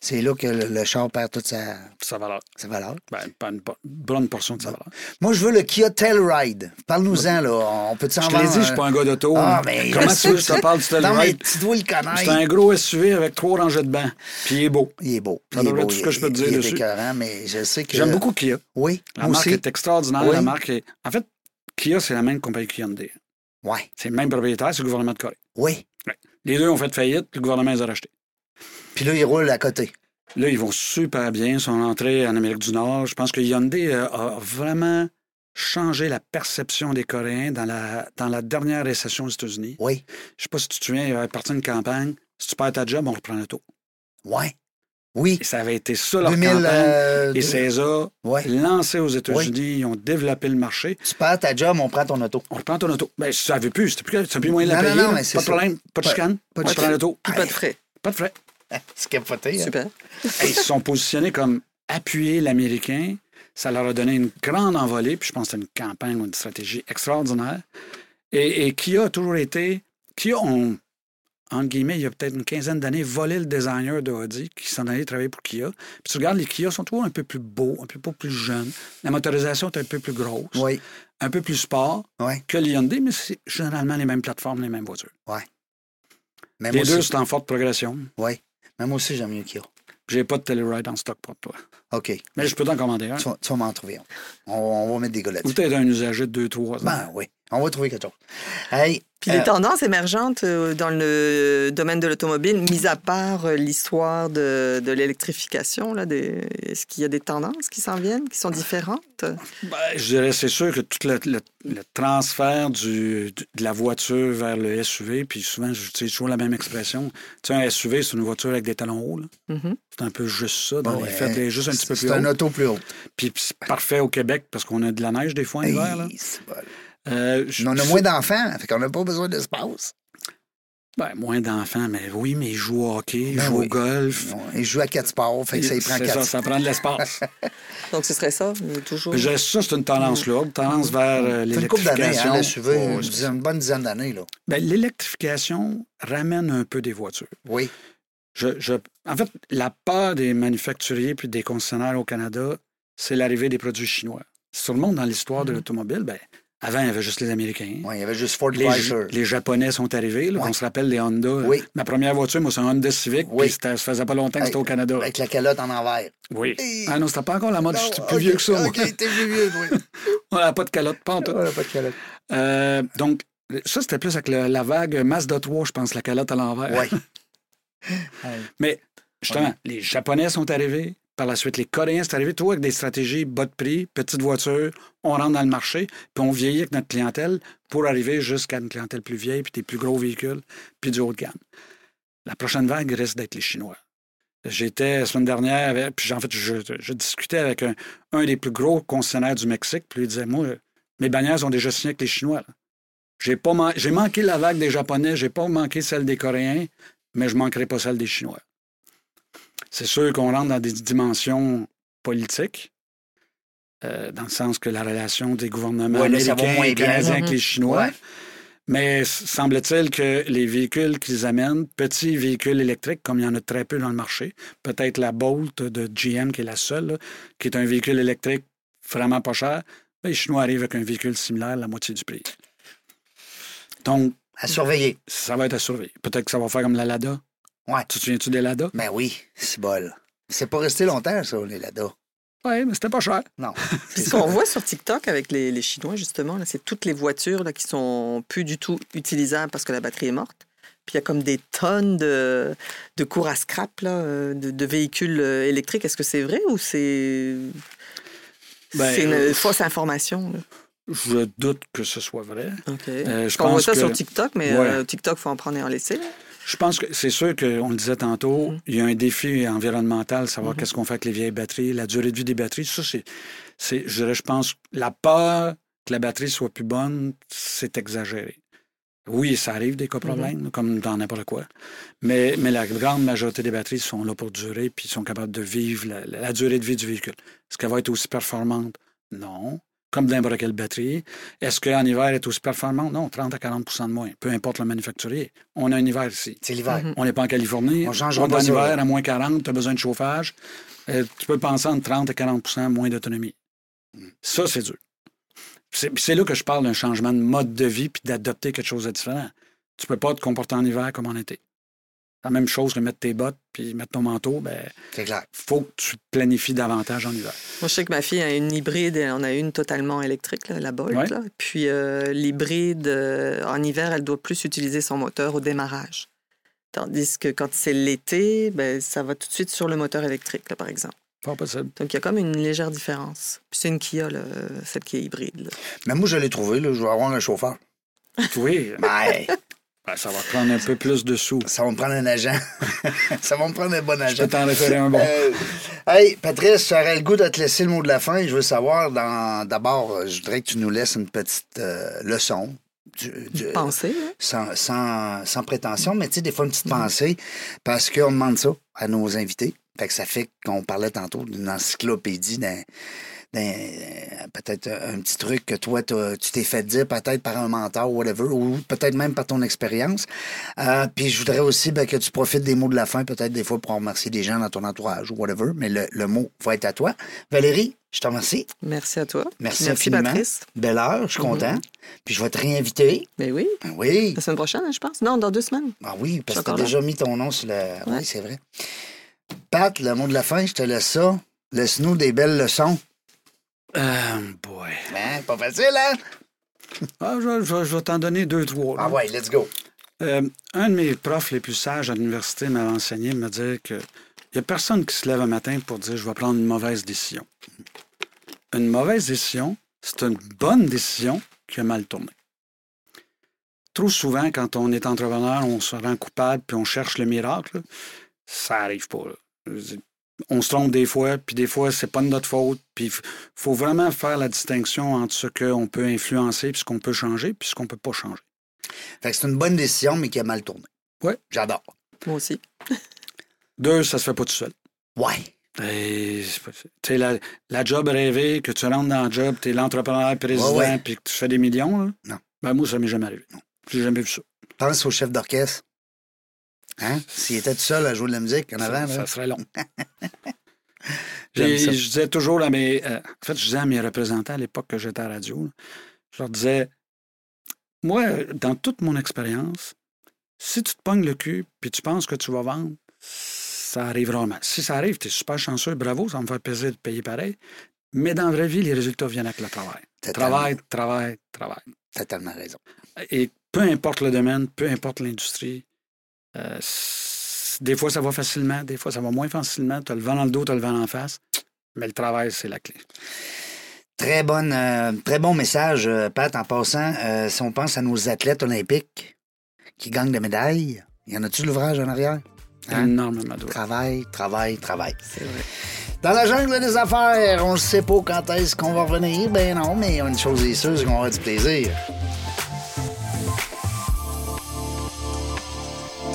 c'est là que le, le char perd toute sa, Sa valeur. sa valeur. Ben, pas une bo- bonne portion de Ben, sa valeur. Moi, je veux le Kia Telluride. Parle-nous-en, là, on peut s'en Je te l'ai dit, je suis pas un gars d'auto. Ah, mais- Comment tu veux que je te parle du Non, mais Telluride? tu dois le connaître. C'est un gros SUV avec trois rangées de bancs. Puis il est beau. Il est beau. Ça il est devrait beau, être tout ce il- que je peux te dire il est dessus. écœurant, mais je sais que... J'aime beaucoup Kia. Oui, La moi marque aussi. est extraordinaire. Oui. La marque est... En fait, Kia, c'est la même compagnie que Hyundai. Ouais, C'est le même propriétaire, c'est le gouvernement de Corée. oui. Les deux ont fait faillite, le gouvernement les a rachetés. Puis là, il roule à côté. Là, ils vont super bien. Ils sont entrés en Amérique du Nord. Je pense que Hyundai euh, a vraiment changé la perception des Coréens dans la, dans la dernière récession aux États-Unis. Oui. Je sais pas si tu te souviens, il y avait parti une campagne. Si tu perds ta job, on reprend le taux. Ouais. Oui. Et ça avait été ça leur 2000. campagne. euh, Et CESA, ouais. lancé aux États-Unis, ils ont développé le marché. Tu perds ta job, on prend ton auto. On reprend ton auto. Ben, ça avait plus. C'était plus, c'était plus moyen de la Non, non, payer. non, là. mais c'est pas de ça. problème. Pas de Pas- chicane. pas de on chicane. reprend le taux. Puis pas de frais. Pas de frais. C'est capoté. hein. Super. Et ils se sont positionnés comme appuyer l'Américain. Ça leur a donné une grande envolée, puis je pense que c'est une campagne ou une stratégie extraordinaire. Et, et Kia a toujours été. Kia ont entre guillemets, il y a peut-être une quinzaine d'années, volé le designer de Audi qui s'en allait travailler pour Kia. Puis tu regardes, les Kia sont toujours un peu plus beaux, un peu plus jeunes. La motorisation est un peu plus grosse, Oui. un peu plus sport Ouais. que le Hyundai, mais c'est généralement les mêmes plateformes, les mêmes voitures. Même les aussi, deux, c'est en forte progression. même aussi, j'aime mieux Kia. J'ai pas de Telluride en stock pour toi. OK. Mais je peux t'en commander un. Tu vas, tu vas m'en trouver un. On, on va mettre des gars Ou là-dessus. peut-être un usager de 2-3 ans. Ben oui. On va trouver quelque chose. Hey, Puis euh, les tendances émergentes euh, dans le domaine de l'automobile, mis à part euh, l'histoire de, de l'électrification, là, des- est-ce qu'il y a des tendances qui s'en viennent, qui sont différentes? Ben, je dirais, c'est sûr que tout le, le- le transfert du, du- de la voiture vers le SUV, puis souvent, j'utilise toujours la même expression. Tu sais, un SUV, c'est une voiture avec des talons hauts. là. Mhm. C'est un peu juste ça. Dans Ben Ouais. les faits, elle est juste un petit peu c'est plus c'est un haute. auto plus haut. Puis c'est parfait au Québec parce qu'on a de la neige des fois en hiver. Là. Hey, c'est bon. Euh, je- Ben, On a moins d'enfants, fait qu'on n'a pas besoin d'espace. Ben, moins d'enfants, mais oui, mais ils jouent au hockey, ils Ben jouent oui. au golf. Bon, Ils jouent à quatre sports, fait que ça y prend C'est ça, quatre. ça prend de l'espace. Donc ce serait ça, euh, toujours. Je dirais, ça, c'est une tendance lourde, tendance vers euh, C'est une couple d'années, hein, l'électrification. la SUV, Ouais, une, c'est dizaine- une bonne dizaine d'années, là. Ben, L'électrification ramène un peu des voitures. Oui. Je- je- en fait, la peur des manufacturiers puis des concessionnaires au Canada, c'est l'arrivée des produits chinois. Si tu remontes dans l'histoire de Mhm. l'automobile, ben, avant, il y avait juste les Américains. Mm-hmm. Ouais, il y avait juste Ford Les, Chrysler. les Japonais sont arrivés. là, Ouais. On se rappelle des Honda. Oui. Ma première voiture, moi, c'est un Honda Civic. Oui. Puis c'était- ça faisait pas longtemps que c'était au Canada. Avec la calotte en envers. Oui. Hey. Ah non, c'était pas encore la mode. Non, Je suis plus ok, vieux que ça. moi. OK, t'es plus vieux, oui. On n'a pas de calotte, pas en tout. On n'a pas de calotte. Euh, donc, ça, c'était plus avec le- la vague Mazda 3, je pense, la calotte à l'envers. Oui. Mais justement, les Japonais sont arrivés. Par la suite, les Coréens sont arrivés, tout avec des stratégies bas de prix, petite voiture, on rentre dans le marché, puis on vieillit avec notre clientèle pour arriver jusqu'à une clientèle plus vieille, puis des plus gros véhicules, puis du haut de gamme. La prochaine vague risque d'être les Chinois. J'étais la semaine dernière, avec, puis en fait, je, je discutais avec un, un des plus gros concessionnaires du Mexique, puis il disait Moi, mes bannières ont déjà signé avec les Chinois. là. J'ai pas man- j'ai manqué la vague des Japonais, j'ai pas manqué celle des Coréens, mais je manquerai pas celle des Chinois. C'est sûr qu'on rentre dans des dimensions politiques, euh, dans le sens que la relation des gouvernements Ouais, là, ça va américains moins et bien. canadiens avec Mhm. les Chinois. Ouais. Mais s- semble-t-il que les véhicules qu'ils amènent, petits véhicules électriques, comme il y en a très peu dans le marché, peut-être la Bolt de GM, qui est la seule, là, qui est un véhicule électrique vraiment pas cher, ben, les Chinois arrivent avec un véhicule similaire à la moitié du prix. Donc, À surveiller. ça va être à surveiller. Peut-être que ça va faire comme la Lada. Ouais. Tu te souviens-tu des Lada? Ben oui, c'est bol. C'est pas resté longtemps, ça, les Lada. Oui, mais c'était pas cher. Non. Puis ce qu'on voit sur TikTok avec les, les Chinois, justement, là, c'est toutes les voitures là, qui sont plus du tout utilisables parce que la batterie est morte. Puis il y a comme des tonnes de, de cours à scrap, là, euh, de, de véhicules euh, électriques. Est-ce que c'est vrai ou c'est. Ben, c'est une euh, fausse information. là? Je doute que ce soit vrai. OK. Euh, Parce je qu'on voit pense ça que- sur TikTok, mais Ouais. euh, TikTok, faut en prendre et en laisser. là. Je pense que c'est sûr qu'on le disait tantôt, Mhm. il y a un défi environnemental, savoir Mhm. qu'est-ce qu'on fait avec les vieilles batteries, la durée de vie des batteries. Ça, c'est, c'est- je dirais, je pense, la peur que la batterie soit plus bonne, c'est exagéré. Oui, ça arrive des cas problèmes, comme dans n'importe quoi. Mais, mais la grande majorité des batteries sont là pour durer, puis sont capables de vivre la, la- la durée de vie du véhicule. Est-ce qu'elle va être aussi performante? Non. Comme n'importe quelle batterie. Est-ce qu'en hiver, elle est aussi performante? Non, 30 à 40 de moins. Peu importe le manufacturier. On a un hiver ici. C'est l'hiver. Mhm. On n'est pas en Californie. On On changera est pas en ça, hiver là. à moins 40, tu as besoin de chauffage. Euh, tu peux penser entre 30 et 40 moins d'autonomie. Ça, c'est dur. C'est puis c'est là que je parle d'un changement de mode de vie puis d'adopter quelque chose de différent. Tu peux pas te comporter en hiver comme en été. La même chose que mettre tes bottes puis mettre ton manteau, ben C'est clair. faut que tu planifies davantage en hiver. Moi, je sais que ma fille a une hybride, elle en a une totalement électrique, là, la Bolt. Ouais. là. Puis euh, l'hybride, euh, en hiver, elle doit plus utiliser son moteur au démarrage. Tandis que quand c'est l'été, ben, ça va tout de suite sur le moteur électrique, là, par exemple. Pas possible. Donc, il y a comme une légère différence. Puis c'est une Kia, là, euh, celle qui est hybride. là. Mais moi, je l'ai trouvé, là, je vais avoir un chauffeur. Oui, Ben, ben, ça va prendre un peu plus de sous. ça va me prendre un agent. ça va me prendre un bon Je agent. peux t'en référer un bon. Euh, hey, Patrice, j'aurais le goût de te laisser le mot de la fin. Je veux savoir, dans- d'abord, euh, je voudrais que tu nous laisses une petite euh, leçon. Du, du- Pensez, hein? sans, sans- sans prétention, mais tu sais, des fois, une petite pensée, parce qu'on demande ça à nos invités. Fait que ça fait qu'on parlait tantôt d'une encyclopédie d'un- ben, euh, peut-être un petit truc que toi, t'as- tu t'es fait dire, peut-être par un mentor, whatever, ou peut-être même par ton expérience. Euh, puis je voudrais aussi ben, que tu profites des mots de la fin, peut-être des fois pour remercier des gens dans ton entourage, ou whatever, mais le, le mot va être à toi. Valérie, je te remercie. Merci à toi. Merci Merci infiniment. Patrice. Belle heure, je suis content. Puis je vais te réinviter. Ben oui, Ben Oui. la semaine prochaine, hein, je pense. Non, dans deux semaines. Ah oui, parce que t'as Chocolat. déjà mis ton nom sur le. Ouais. Oui, c'est vrai. Pat, le mot de la fin, je te laisse ça. Laisse-nous des belles leçons. Euh, boy. Hein, pas facile, hein? Ah, je, je- je vais t'en donner deux, trois. là. Ah ouais, let's go. Euh, un de mes profs les plus sages à l'université m'a enseigné, me dire que il n'y a personne qui se lève un matin pour dire je vais prendre une mauvaise décision. Une mauvaise décision, c'est une bonne décision qui a mal tourné. Trop souvent, quand on est entrepreneur, on se rend coupable puis on cherche le miracle. là. Ça arrive pas. là. Je veux dire, On se trompe des fois, puis des fois, c'est pas de notre faute. Puis f- faut vraiment faire la distinction entre ce qu'on peut influencer, puis ce qu'on peut changer, puis ce qu'on peut pas changer. Fait que c'est une bonne décision, mais qui a mal tourné. Ouais. J'adore. Moi aussi. Deux, ça se fait pas tout seul. Ouais. Et, tu sais, la, la job rêvée, que tu rentres dans le job, tu es l'entrepreneur président, Ouais, ouais. puis que tu fais des millions, là. Non. Ben, moi, ça m'est jamais arrivé. Non. J'ai jamais vu ça. Pense au chef d'orchestre. Hein? S'il était tout seul à jouer de la musique en avant, ça, là. ça serait long. J'aime Et ça. je disais toujours à mes. euh, en fait, je disais à mes représentants à l'époque que j'étais à la radio, là, je leur disais Moi, dans toute mon expérience, si tu te pognes le cul puis tu penses que tu vas vendre, ça arrive rarement. Si ça arrive, tu es super chanceux, bravo, ça me fait plaisir de payer pareil. Mais dans la vraie vie, les résultats viennent avec le travail. T'as tellement, Travail, travail, travail. t'as tellement raison. Et peu importe le domaine, peu importe l'industrie, euh, s- des fois ça va facilement, des fois ça va moins facilement. Tu as le vent dans le dos, tu as le vent en face, mais le travail, c'est la clé. Très, bonne, euh, très bon message, euh, Pat, en passant. Euh, si on pense à nos athlètes olympiques qui gagnent des médailles, y en a-tu de l'ouvrage en arrière? Hein? Énormément de Travail, travail, travail. C'est vrai. Dans la jungle des affaires, on ne sait pas quand est-ce qu'on va revenir. Ben non, mais une chose est sûre, c'est qu'on aura du plaisir.